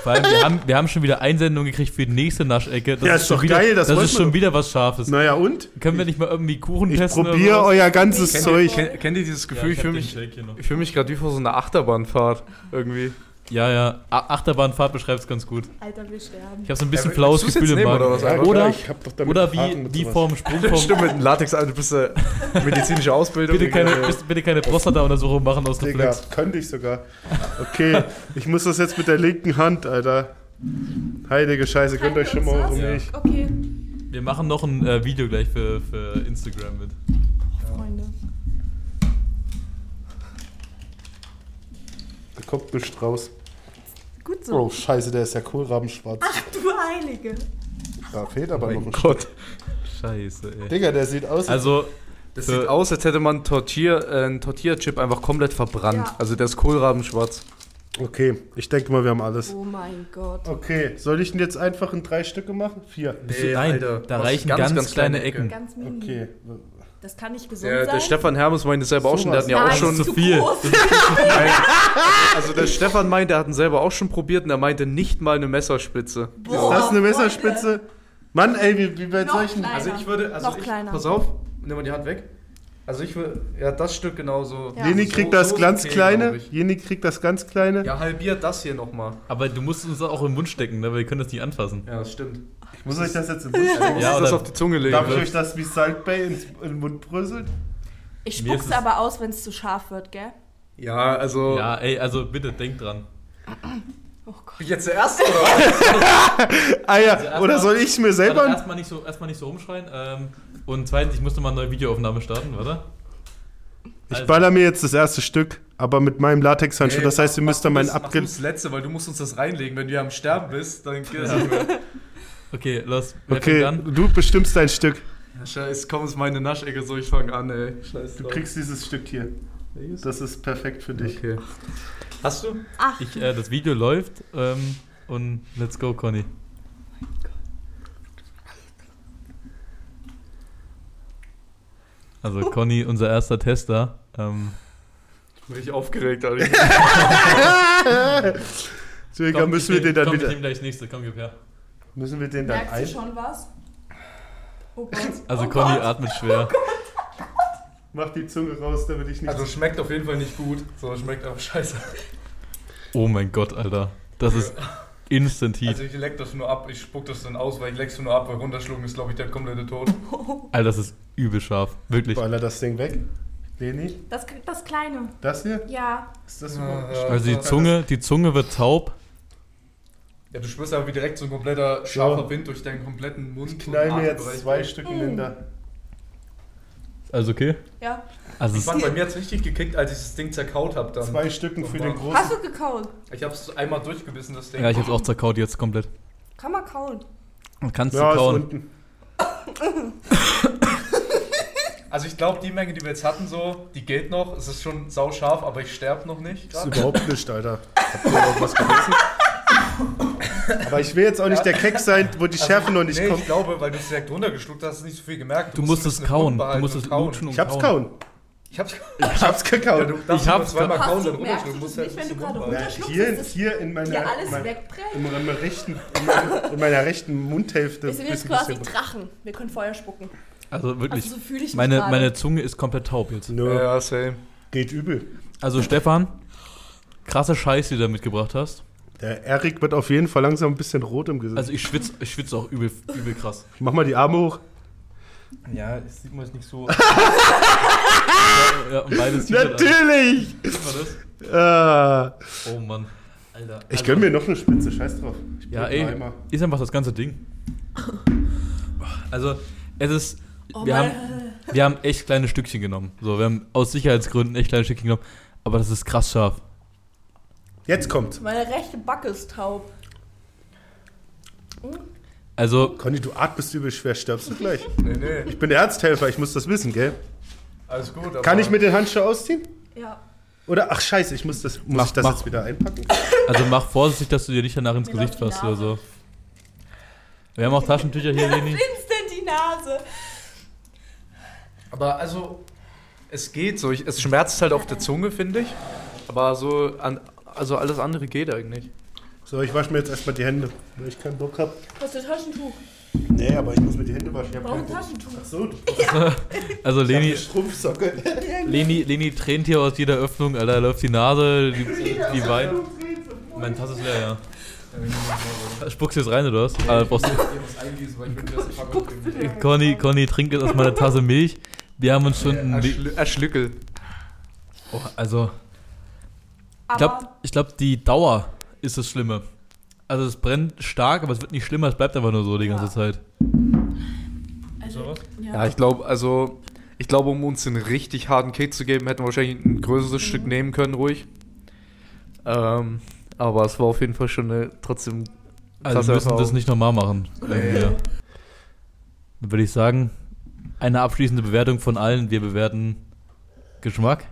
Vor allem, wir haben, wir haben schon wieder Einsendungen gekriegt für die nächste Naschecke. Das Ja, ist schon doch wieder, geil, das Das, wollten ist wir schon doch. wieder was Scharfes. naja, und? Können wir nicht mal irgendwie Kuchen Ich testen? oder probiere sowas? euer ganzes Zeug. Ken, kennt ihr dieses Ja, Gefühl? ich ich hab fühle den mich, Shake hier noch. ich fühl mich gerade wie vor so einer Achterbahnfahrt irgendwie. Ja, ja. A Achterbahnfahrt beschreibt's ganz gut. Alter, wir sterben. Ich habe so ein bisschen Ja, flaues willst du's jetzt Gefühl im nehmen, Magen. oder was? Ja, oder, ich hab doch damit oder Erfahrung wie, mit wie sowas. vorm Sprung vom. Stimmt, mit einem Latex, also du bist äh, medizinische Ausbildung. Äh, Bitte keine, Digga. bis- bitte keine Prostata-Untersuchung machen aus Digga, Reflex. könnte ich sogar. Okay, ich muss das jetzt mit der linken Hand, Alter. Heilige Scheiße, könnt euch schon mal um eure Ja. Milch. Okay, Wir machen noch ein äh, Video gleich für, für Instagram mit. Freunde. Da kommt nichts raus. Gut so. Ah. Oh, Scheiße, der ist ja kohlrabenschwarz. Du Heilige. Da fehlt aber Mein noch ein Gott. Scheiße, ey. Digga, der sieht aus. als- Also, Das sieht aus, als hätte man Tortilla, äh, einen Tortilla-Chip einfach komplett verbrannt. Ja. Also der ist kohlrabenschwarz. Okay, ich denke mal, wir haben alles. Oh mein Gott. Okay, soll ich denn jetzt einfach in drei Stücke machen? Vier. Bist du- nein, da was reichen ganz, kleine Ecken. Ganz mini. Okay. Das kann nicht gesund Der, sein. der Stefan Hermes meinte selber auch schon, der Sowas. hatten ja auch Nein, schon ist zu viel. Groß. Also der Stefan meinte, er hat ihn selber auch schon probiert und er meinte nicht mal eine Messerspitze. Ist Boah, das eine Freunde. Messerspitze? Mann, ey, wie, wie bei Noch solchen. kleiner. Also ich würde, also Noch ich, kleiner. pass auf, nimm mal die Hand weg. Also ich würde, ja das Stück genauso. Ja. Jeni So- kriegt das so ist ganz okay, kleine. glaub ich. Jeni kriegt das ganz kleine. Ja, halbiert das hier nochmal. Aber du musst uns das auch im Mund stecken, ne? weil wir können das nicht anfassen. Ja, das stimmt. Ich muss euch das jetzt in den Mund stecken. Ja, Ja, das oder- auf die Zunge legen. Darf ich euch das wie Salt Bay ins, in den Mund bröseln? Ich Mir spuck's ist es- aber aus, wenn es zu scharf wird, gell? Ja, also. Ja, ey, also bitte denk dran. Oh Gott. Bin ich jetzt der Erste, oder? Ah ja, erstmal- oder soll ich mir selber. Warte, Also erstmal nicht so, erstmal nicht so rumschreien. Ähm, und zweitens, ich musste mal eine neue Videoaufnahme starten, oder? ich also- baller mir jetzt das erste Stück, aber mit meinem Latexhandschuh. das heißt, ihr müsst dann meinen Mach du Abgriff. das letzte, weil du musst uns das reinlegen. Wenn du am Sterben bist, dann geht das nicht mehr. Okay, los. wer fängt Okay, an? du bestimmst dein Stück. Ja, Scheiße, komm, ist meine Naschecke so, ich fange an, ey. Scheiße. Du kriegst dieses Stück hier. Das ist perfekt für dich. Okay. Hast du? Ach, Ich, äh, das Video läuft ähm, und let's go, Conny. Also Conny, unser erster Tester. Ähm, Bin ich aufgeregt, Alter. Deswegen komm, müssen wir ich nehm- den dann komm, wieder. Ich nehm gleich das nächste, komm, gib her. Müssen wir den dann merkst du ein. schon was? Oh Gott. Also oh Conny Gott. atmet schwer. Mach die Zunge raus, damit ich nicht. Also schmeckt auf jeden Fall nicht gut, sondern schmeckt einfach scheiße. Oh mein Gott, Alter. Das ist Instant Heat. Also ich leck das nur ab, ich spuck das dann aus, weil ich leck's nur ab, weil runterschlucken ist, glaube ich, der komplette Tod. Alter, das ist übel scharf. Wirklich. Baller das Ding weg. Leni, Das, das kleine. das hier? Ja. Ist das Ja, überhaupt- ja. Also die Zunge, die Zunge wird taub. Ja, du spürst aber wie direkt so ein kompletter scharfer Wind durch deinen kompletten Mund. Ich knall mir jetzt Atembereich. zwei Stück in den da. Also okay. Ja. Also Ich es, fand, bei mir hat's richtig gekickt, als ich das Ding zerkaut hab dann. Zwei Stücken für den großen. Hast du gekaut? Ich hab's einmal durchgebissen, das Ding. ja, ich hab's auch zerkaut jetzt komplett. Kann man kauen. Kannst Ja, du ist kauen. unten. Also ich glaube, die Menge, die wir jetzt hatten, so, die geht noch. Es ist schon sauscharf, aber ich sterb noch Ist nicht. grad. überhaupt nicht, Alter. Habt ihr noch was gegessen? Aber ich will jetzt auch nicht der Keck sein, wo die Schärfe noch nicht Also, nee, kommt. ich glaube, weil du es direkt runtergeschluckt hast, hast du nicht so viel gemerkt. Du musst musst ein es bisschen kauen. Du runterhalten musst und es lutschen und Ich hab's kauen. Ich hab's Ich hab's Ja, gekaut. du darfst Ich nur hab's zweimal Hast kauen, du- dann merkst du runterschlucken. das Musst ja nicht, wenn du ein bisschen gerade Na, rumballen. runterschluckst? hier, ist es- hier in meiner, Ja, alles mein, wegprellt. in meiner rechten, in meiner, in meiner rechten Mundhälfte. Wir sind jetzt quasi Drachen. Wir können Feuer spucken. Also wirklich. Also so fühle ich mich meine, gerade. meine Zunge ist komplett taub jetzt. Nö, Ja, same. geht übel. Also Stefan, krasse Scheiße, die du da mitgebracht hast. Der Erik wird auf jeden Fall langsam ein bisschen rot im Gesicht. Also ich schwitze ich schwitz auch übel, übel krass. Mach mal die Arme hoch. Ja, das sieht man jetzt nicht so. ja, und beides sieht halt Natürlich! an. Sieht man das? Äh, Also- Oh Mann. Alter. also ich gönn mir noch eine Spitze, scheiß drauf. Ich Ja, bin ey, Eimer. ist einfach das ganze Ding. Also, es ist. Oh wir, mein- haben, wir haben echt kleine Stückchen genommen. So, wir haben aus Sicherheitsgründen echt kleine Stückchen genommen. Aber das ist krass scharf. Jetzt kommt. Meine rechte Backe ist taub. Also, Conny, du atmest übel schwer, stirbst du gleich. Nee, nee, Ich bin der Arzthelfer, ich muss das wissen, gell? alles gut. aber- Kann ich mir den Handschuh ausziehen? Ja. Oder, ach scheiße, ich muss das, muss Mach, ich das mach. jetzt wieder einpacken? also mach vorsichtig, dass du dir nicht danach ins Mir Gesicht läuft die fasst oder Nase. so. Wir haben auch Taschentücher hier, Leni. Instant die Nase. Aber also, es geht so. Ich, es schmerzt halt auf der Zunge, finde ich. Aber so, an, also alles andere geht eigentlich. So, ich wasche mir jetzt erstmal die Hände, weil ich keinen Bock habe. Hast du ein Taschentuch? Nee, aber ich muss mir die Hände waschen. Ich hab Brauch ein keinen Bock. Taschentuch. Ach so, du Also, Leni, eine Strumpfsocke. Leni, Leni tränt hier aus jeder Öffnung, Alter. Läuft die Nase, die, die Wein. Mein Tasse ist leer, ja. Spuckst du jetzt rein oder was? Ah, brauchst du. Conny, Conny trinkt jetzt erstmal eine Tasse Milch. Wir haben uns schon. ein Li- Erschlückel. Oh, also, ich glaube, Aber ich glaub, die Dauer ist das Schlimme. Also, es brennt stark, aber es wird nicht schlimmer. Es bleibt einfach nur so die ganze Ja. Zeit. also, Ja, ich glaube, also, ich glaube, um uns einen richtig harten Kick zu geben, hätten wir wahrscheinlich ein größeres Mhm. Stück nehmen können, ruhig. Ähm, aber es war auf jeden Fall schon eine trotzdem. Also, krasse wir müssen das Erfahrung. nicht nochmal machen. Dann würde ich sagen, eine abschließende Bewertung von allen. Wir bewerten Geschmack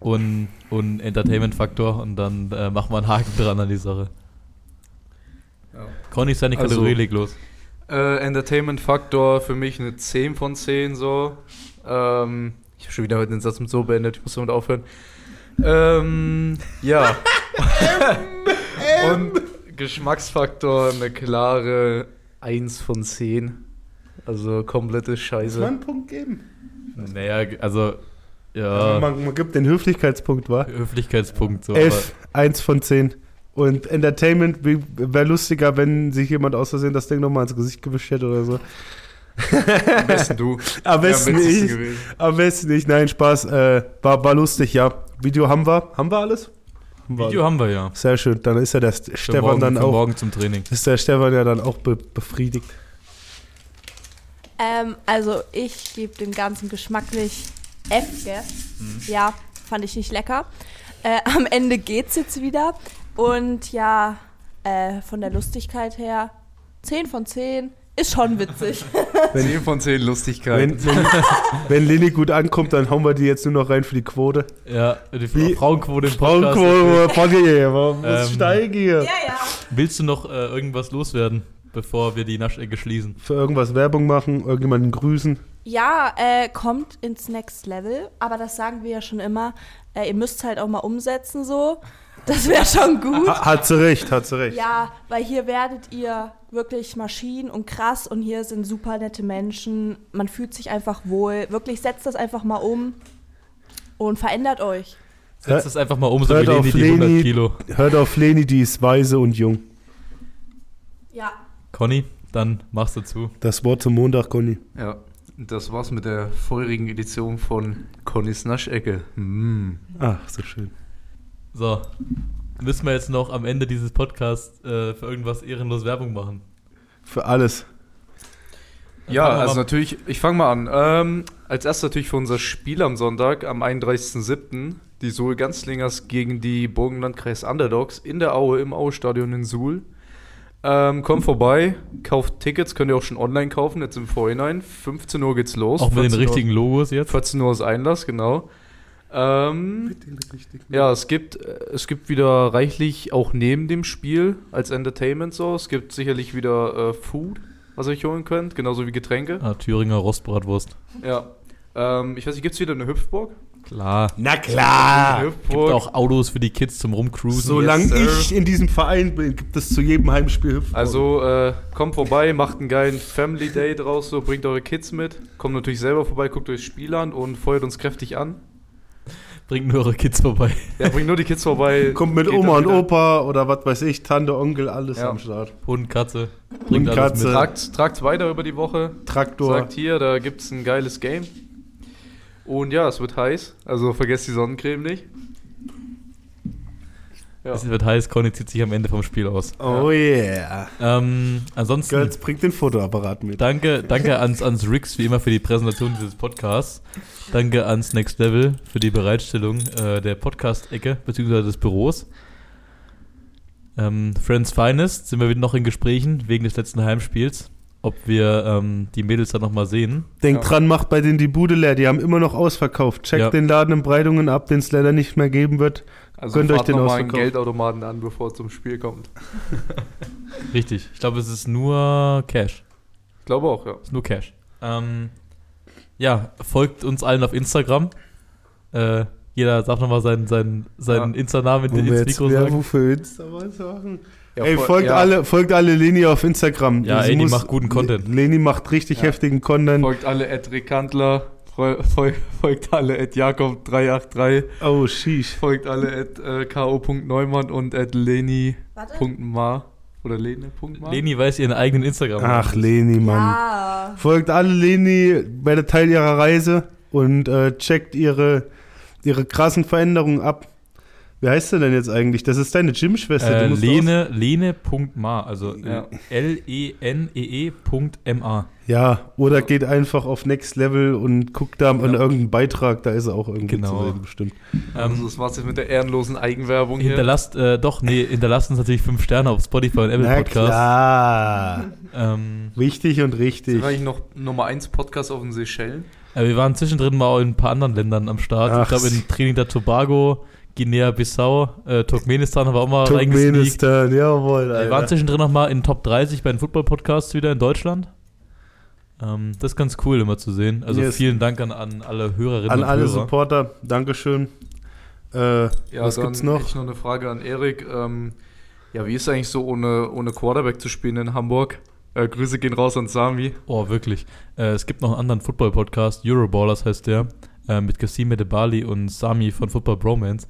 und, und Entertainment-Faktor und dann äh, machen wir einen Haken dran an die Sache. Ja. Conny ist seine Also- Kategorie, leg los. Äh, Entertainment Faktor für mich eine 10 von 10 so. Ähm, ich habe schon wieder heute den Satz mit so beendet, ich muss damit aufhören. Ähm, ja. Und Geschmacksfaktor eine klare 1 von 10. Also komplette Muss man Scheiße. einen Punkt geben? Naja, g- also, Also ja, Man, man gibt den Höflichkeitspunkt, war. Höflichkeitspunkt. So, Elf, eins von zehn. Und Entertainment wäre lustiger, wenn sich jemand aus Versehen das Ding nochmal ins Gesicht gewischt hätte oder so. Am besten du. Am besten Wär am nicht. witzigsten gewesen. Am besten nicht. Nein, Spaß. Äh, war, war lustig, ja. Video haben wir. Haben wir alles? Haben wir Aber Video haben wir ja. alles. Sehr schön. Dann ist ja der St- Für Stefan morgen, dann für auch. morgen zum Training. Ist der Stefan ja dann auch be befriedigt. Ähm, also ich gebe dem Ganzen geschmacklich F, gell? Mhm. Ja, fand ich nicht lecker. Äh, am Ende geht's jetzt wieder. Und ja, äh, von der Lustigkeit her, 10 von 10 ist schon witzig. 10 von 10 Lustigkeiten. Wenn, wenn, wenn Lini gut ankommt, dann hauen wir die jetzt nur noch rein für die Quote. Ja, die Wie- Frauenquote im Podcast. Frauenquote, Podcast, warum Ähm, steige hier? ja. Willst du noch äh, irgendwas loswerden, bevor wir die Naschecke schließen? Für irgendwas Werbung machen, irgendjemanden grüßen. Ja, äh, kommt ins Next Level, aber das sagen wir ja schon immer. Äh, ihr müsst halt auch mal umsetzen so. Das wäre schon gut. Ha, hat sie recht, hat sie recht. Ja, weil hier werdet ihr wirklich Maschinen und krass und hier sind super nette Menschen. Man fühlt sich einfach wohl. Wirklich setzt das einfach mal um und verändert euch. Setz Hä? das einfach mal um, so wie Hört auf Leni die 100 Leni. Kilo. Hört auf Leni, die ist weise und jung. Ja. Conny, dann machst du zu. Das Wort zum Montag, Conny. Ja, das war's mit der feurigen Edition von Connys Naschecke. Mm. Ach, so schön. So, müssen wir jetzt noch am Ende dieses Podcasts äh, für irgendwas ehrenlos Werbung machen? Für alles. Dann Ja, fangen wir also mal- natürlich, ich fange mal an. Ähm, als erstes natürlich für unser Spiel am Sonntag, am 31.07. Die Suhl Ganzlingers gegen die Burgenlandkreis Underdogs in der Aue, im Aue-Stadion in Suhl. Ähm, kommt Hm. vorbei, kauft Tickets, könnt ihr auch schon online kaufen, jetzt im Vorhinein. 15 Uhr geht's los. auch mit den 14 Uhr- richtigen Logos jetzt. 14 Uhr ist Einlass, genau. Ähm, ja, es gibt, äh, es gibt wieder reichlich auch neben dem Spiel als Entertainment so. Es gibt sicherlich wieder äh, Food, was ihr euch holen könnt, genauso wie Getränke. Ah, Thüringer Rostbratwurst. Ja. Ähm, ich weiß nicht, gibt es wieder eine Hüpfburg? Klar. Na Eine klar! Gibt Hüpfburg. auch Autos für die Kids zum Rumcruisen. Solange Yes, sir. ich in diesem Verein bin, gibt es zu jedem Heimspiel Hüpfen. Also äh, kommt vorbei, macht einen geilen Family Day draus, so bringt eure Kids mit. Kommt natürlich selber vorbei, guckt euch das Spiel an und feuert uns kräftig an. Bringt nur eure Kids vorbei. Ja, bringt nur die Kids vorbei. kommt mit Geht Oma dann und wieder. Opa oder was weiß ich, Tante, Onkel, alles Ja. am Start. Hund, Katze. Hund, Katze. Tragt, tragt's weiter über die Woche. Traktor. Sagt hier, da gibt's ein geiles Game. Und ja, es wird heiß. Also vergesst die Sonnencreme nicht. Ja. Also, Es wird heiß, Conny zieht sich am Ende vom Spiel aus. Oh yeah. Ähm, ansonsten. Girls, bringt den Fotoapparat mit. Danke, danke ans, ans Rix wie immer für die Präsentation dieses Podcasts. Danke ans Next Level für die Bereitstellung äh, der Podcast-Ecke bzw. des Büros. Ähm, Friends Finest sind wir wieder noch in Gesprächen wegen des letzten Heimspiels, ob wir ähm, die Mädels dann nochmal sehen. Denkt Ja. dran, macht bei denen die Bude leer. Die haben immer noch ausverkauft. Checkt Ja. den Laden in Breitungen ab, den es leider nicht mehr geben wird. Also Gönnt euch fahrt den noch mal einen Ausverkauf. Geldautomaten an, bevor es zum Spiel kommt. Richtig. Ich glaube, es ist nur Cash. Ich glaube auch, ja. Es ist nur Cash. Ähm, ja, folgt uns allen auf Instagram. Äh, jeder sagt nochmal seinen, seinen, seinen Ja. Insta-Namen Wo wir ins jetzt Mikro sagen. Werbung für Insta mal machen. ja Ey, voll- folgt, ja. alle, folgt alle Leni auf Instagram. Ja, Sie ey, die macht guten Content. Leni macht richtig Ja. heftigen Content. Folgt alle Ed Rekantler, fol- fol- folgt alle Ed Jakob383, Oh, sheesh. folgt alle Ed äh, K.O.Neumann und Ed Leni.ma Warte. oder Lene.ma. Leni weiß ihren eigenen Instagram. Ach, Leni, Mann. Ja. Folgt alle Leni, werdet Teil ihrer Reise und äh, checkt ihre, ihre krassen Veränderungen ab. Wie heißt du denn jetzt eigentlich? Das ist deine Gym-Schwester. Äh, du musst Lene, Lene.ma, also E Ja. L-E-N-E-E.ma. aus- Ja, oder geht einfach auf Next Level und guckt da an irgendeinen Beitrag, da ist er auch irgendwie Genau. zu sehen, bestimmt. also, Ähm, das machst du jetzt mit der ehrenlosen Eigenwerbung hier. hinterlasst, äh, doch, nee, hinterlasst uns natürlich fünf Sterne auf Spotify und Apple Na Podcast. klar. Ähm, Wichtig und richtig. Sind wir eigentlich noch Nummer 1 Podcast auf den Seychellen? äh, wir waren zwischendrin mal in ein paar anderen Ländern am Start. Ach, ich glaube in Trinidad Tobago, Guinea-Bissau, äh, Turkmenistan haben wir auch mal reingesneakt. Turkmenistan, jawohl, Wir waren Alter. zwischendrin noch mal in Top 30 bei den Football-Podcasts wieder in Deutschland. Ähm, das ist ganz cool immer zu sehen. Also Yes. vielen Dank an, an alle Hörerinnen An und alle Hörer. Supporter, Dankeschön. Äh, was dann gibt's hätte noch? Ich noch eine Frage an Erik. Ähm, ja, wie ist eigentlich so ohne, ohne Quarterback zu spielen in Hamburg? Äh, Grüße gehen raus an Sami. Oh, wirklich. Äh, es gibt noch einen anderen Football-Podcast, Euroballers heißt der, äh, mit Kasim Medebali und Sami von Football Bromance.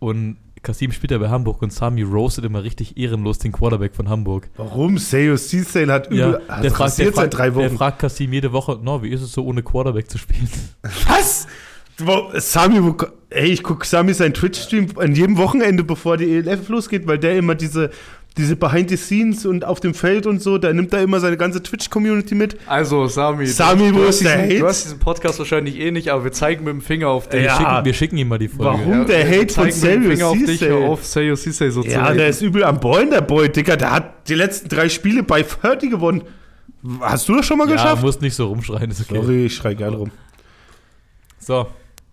Und Kasim spielt ja bei Hamburg und Sami roastet immer richtig ehrenlos den Quarterback von Hamburg. Warum? Seo Cecil hat übel. ja, hat der fragt, der, rasiert seit fragt, drei der Wochen. fragt Kasim jede Woche, no, wie ist es so, ohne Quarterback zu spielen? Was? Wo- Sami, wo, ey, ich gucke Sami seinen Twitch-Stream an jedem Wochenende, bevor die ELF losgeht, weil der immer diese, diese Behind-the-Scenes und auf dem Feld und so, da nimmt er immer seine ganze Twitch-Community mit. Also, Sami. Sami, du, wo du, ist hast der diesen, du Hate? hast diesen Podcast wahrscheinlich eh nicht, aber wir zeigen mit dem Finger auf Wir, dich. Ja. schicken, wir schicken ihm mal die Folge. Warum? der wir Hate von zeigen mit dem Serious Finger auf dich, Sisay. hör auf, Serious Sisay so zu Ja, reden. der ist übel am Ballen, der Boy, Digga. Der hat die letzten drei Spiele bei 30 gewonnen. Hast du das schon mal Ja, geschafft? musst nicht so rumschreien, ist okay. Sorry, ich schrei gern rum. So,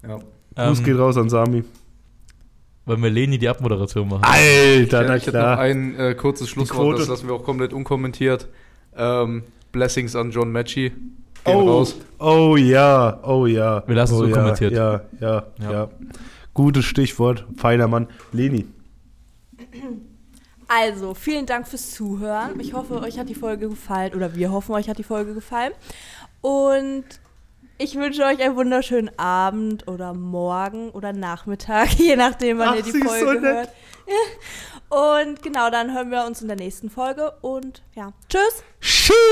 Ja. Gruß ähm, geht raus an Sami. wollen wir Leni die Abmoderation machen? Alter, Ja, na ich hätte noch klar. ein äh, kurzes Schlusswort, Quote. das lassen wir auch komplett unkommentiert. Ähm, Blessings an John Matchy. Gehen Oh, raus. oh ja, oh ja. Wir lassen es oh, ja, unkommentiert. Ja, ja, Ja. ja, Gutes Stichwort, feiner Mann. Leni. Also, vielen Dank fürs Zuhören. Ich hoffe, euch hat die Folge gefallen. Oder wir hoffen, euch hat die Folge gefallen. Und ich wünsche euch einen wunderschönen Abend oder Morgen oder Nachmittag, je nachdem, wann Ach, ihr die sie ist Folge so nett. hört. Und genau, dann hören wir uns in der nächsten Folge. Und ja, tschüss! Tschüss.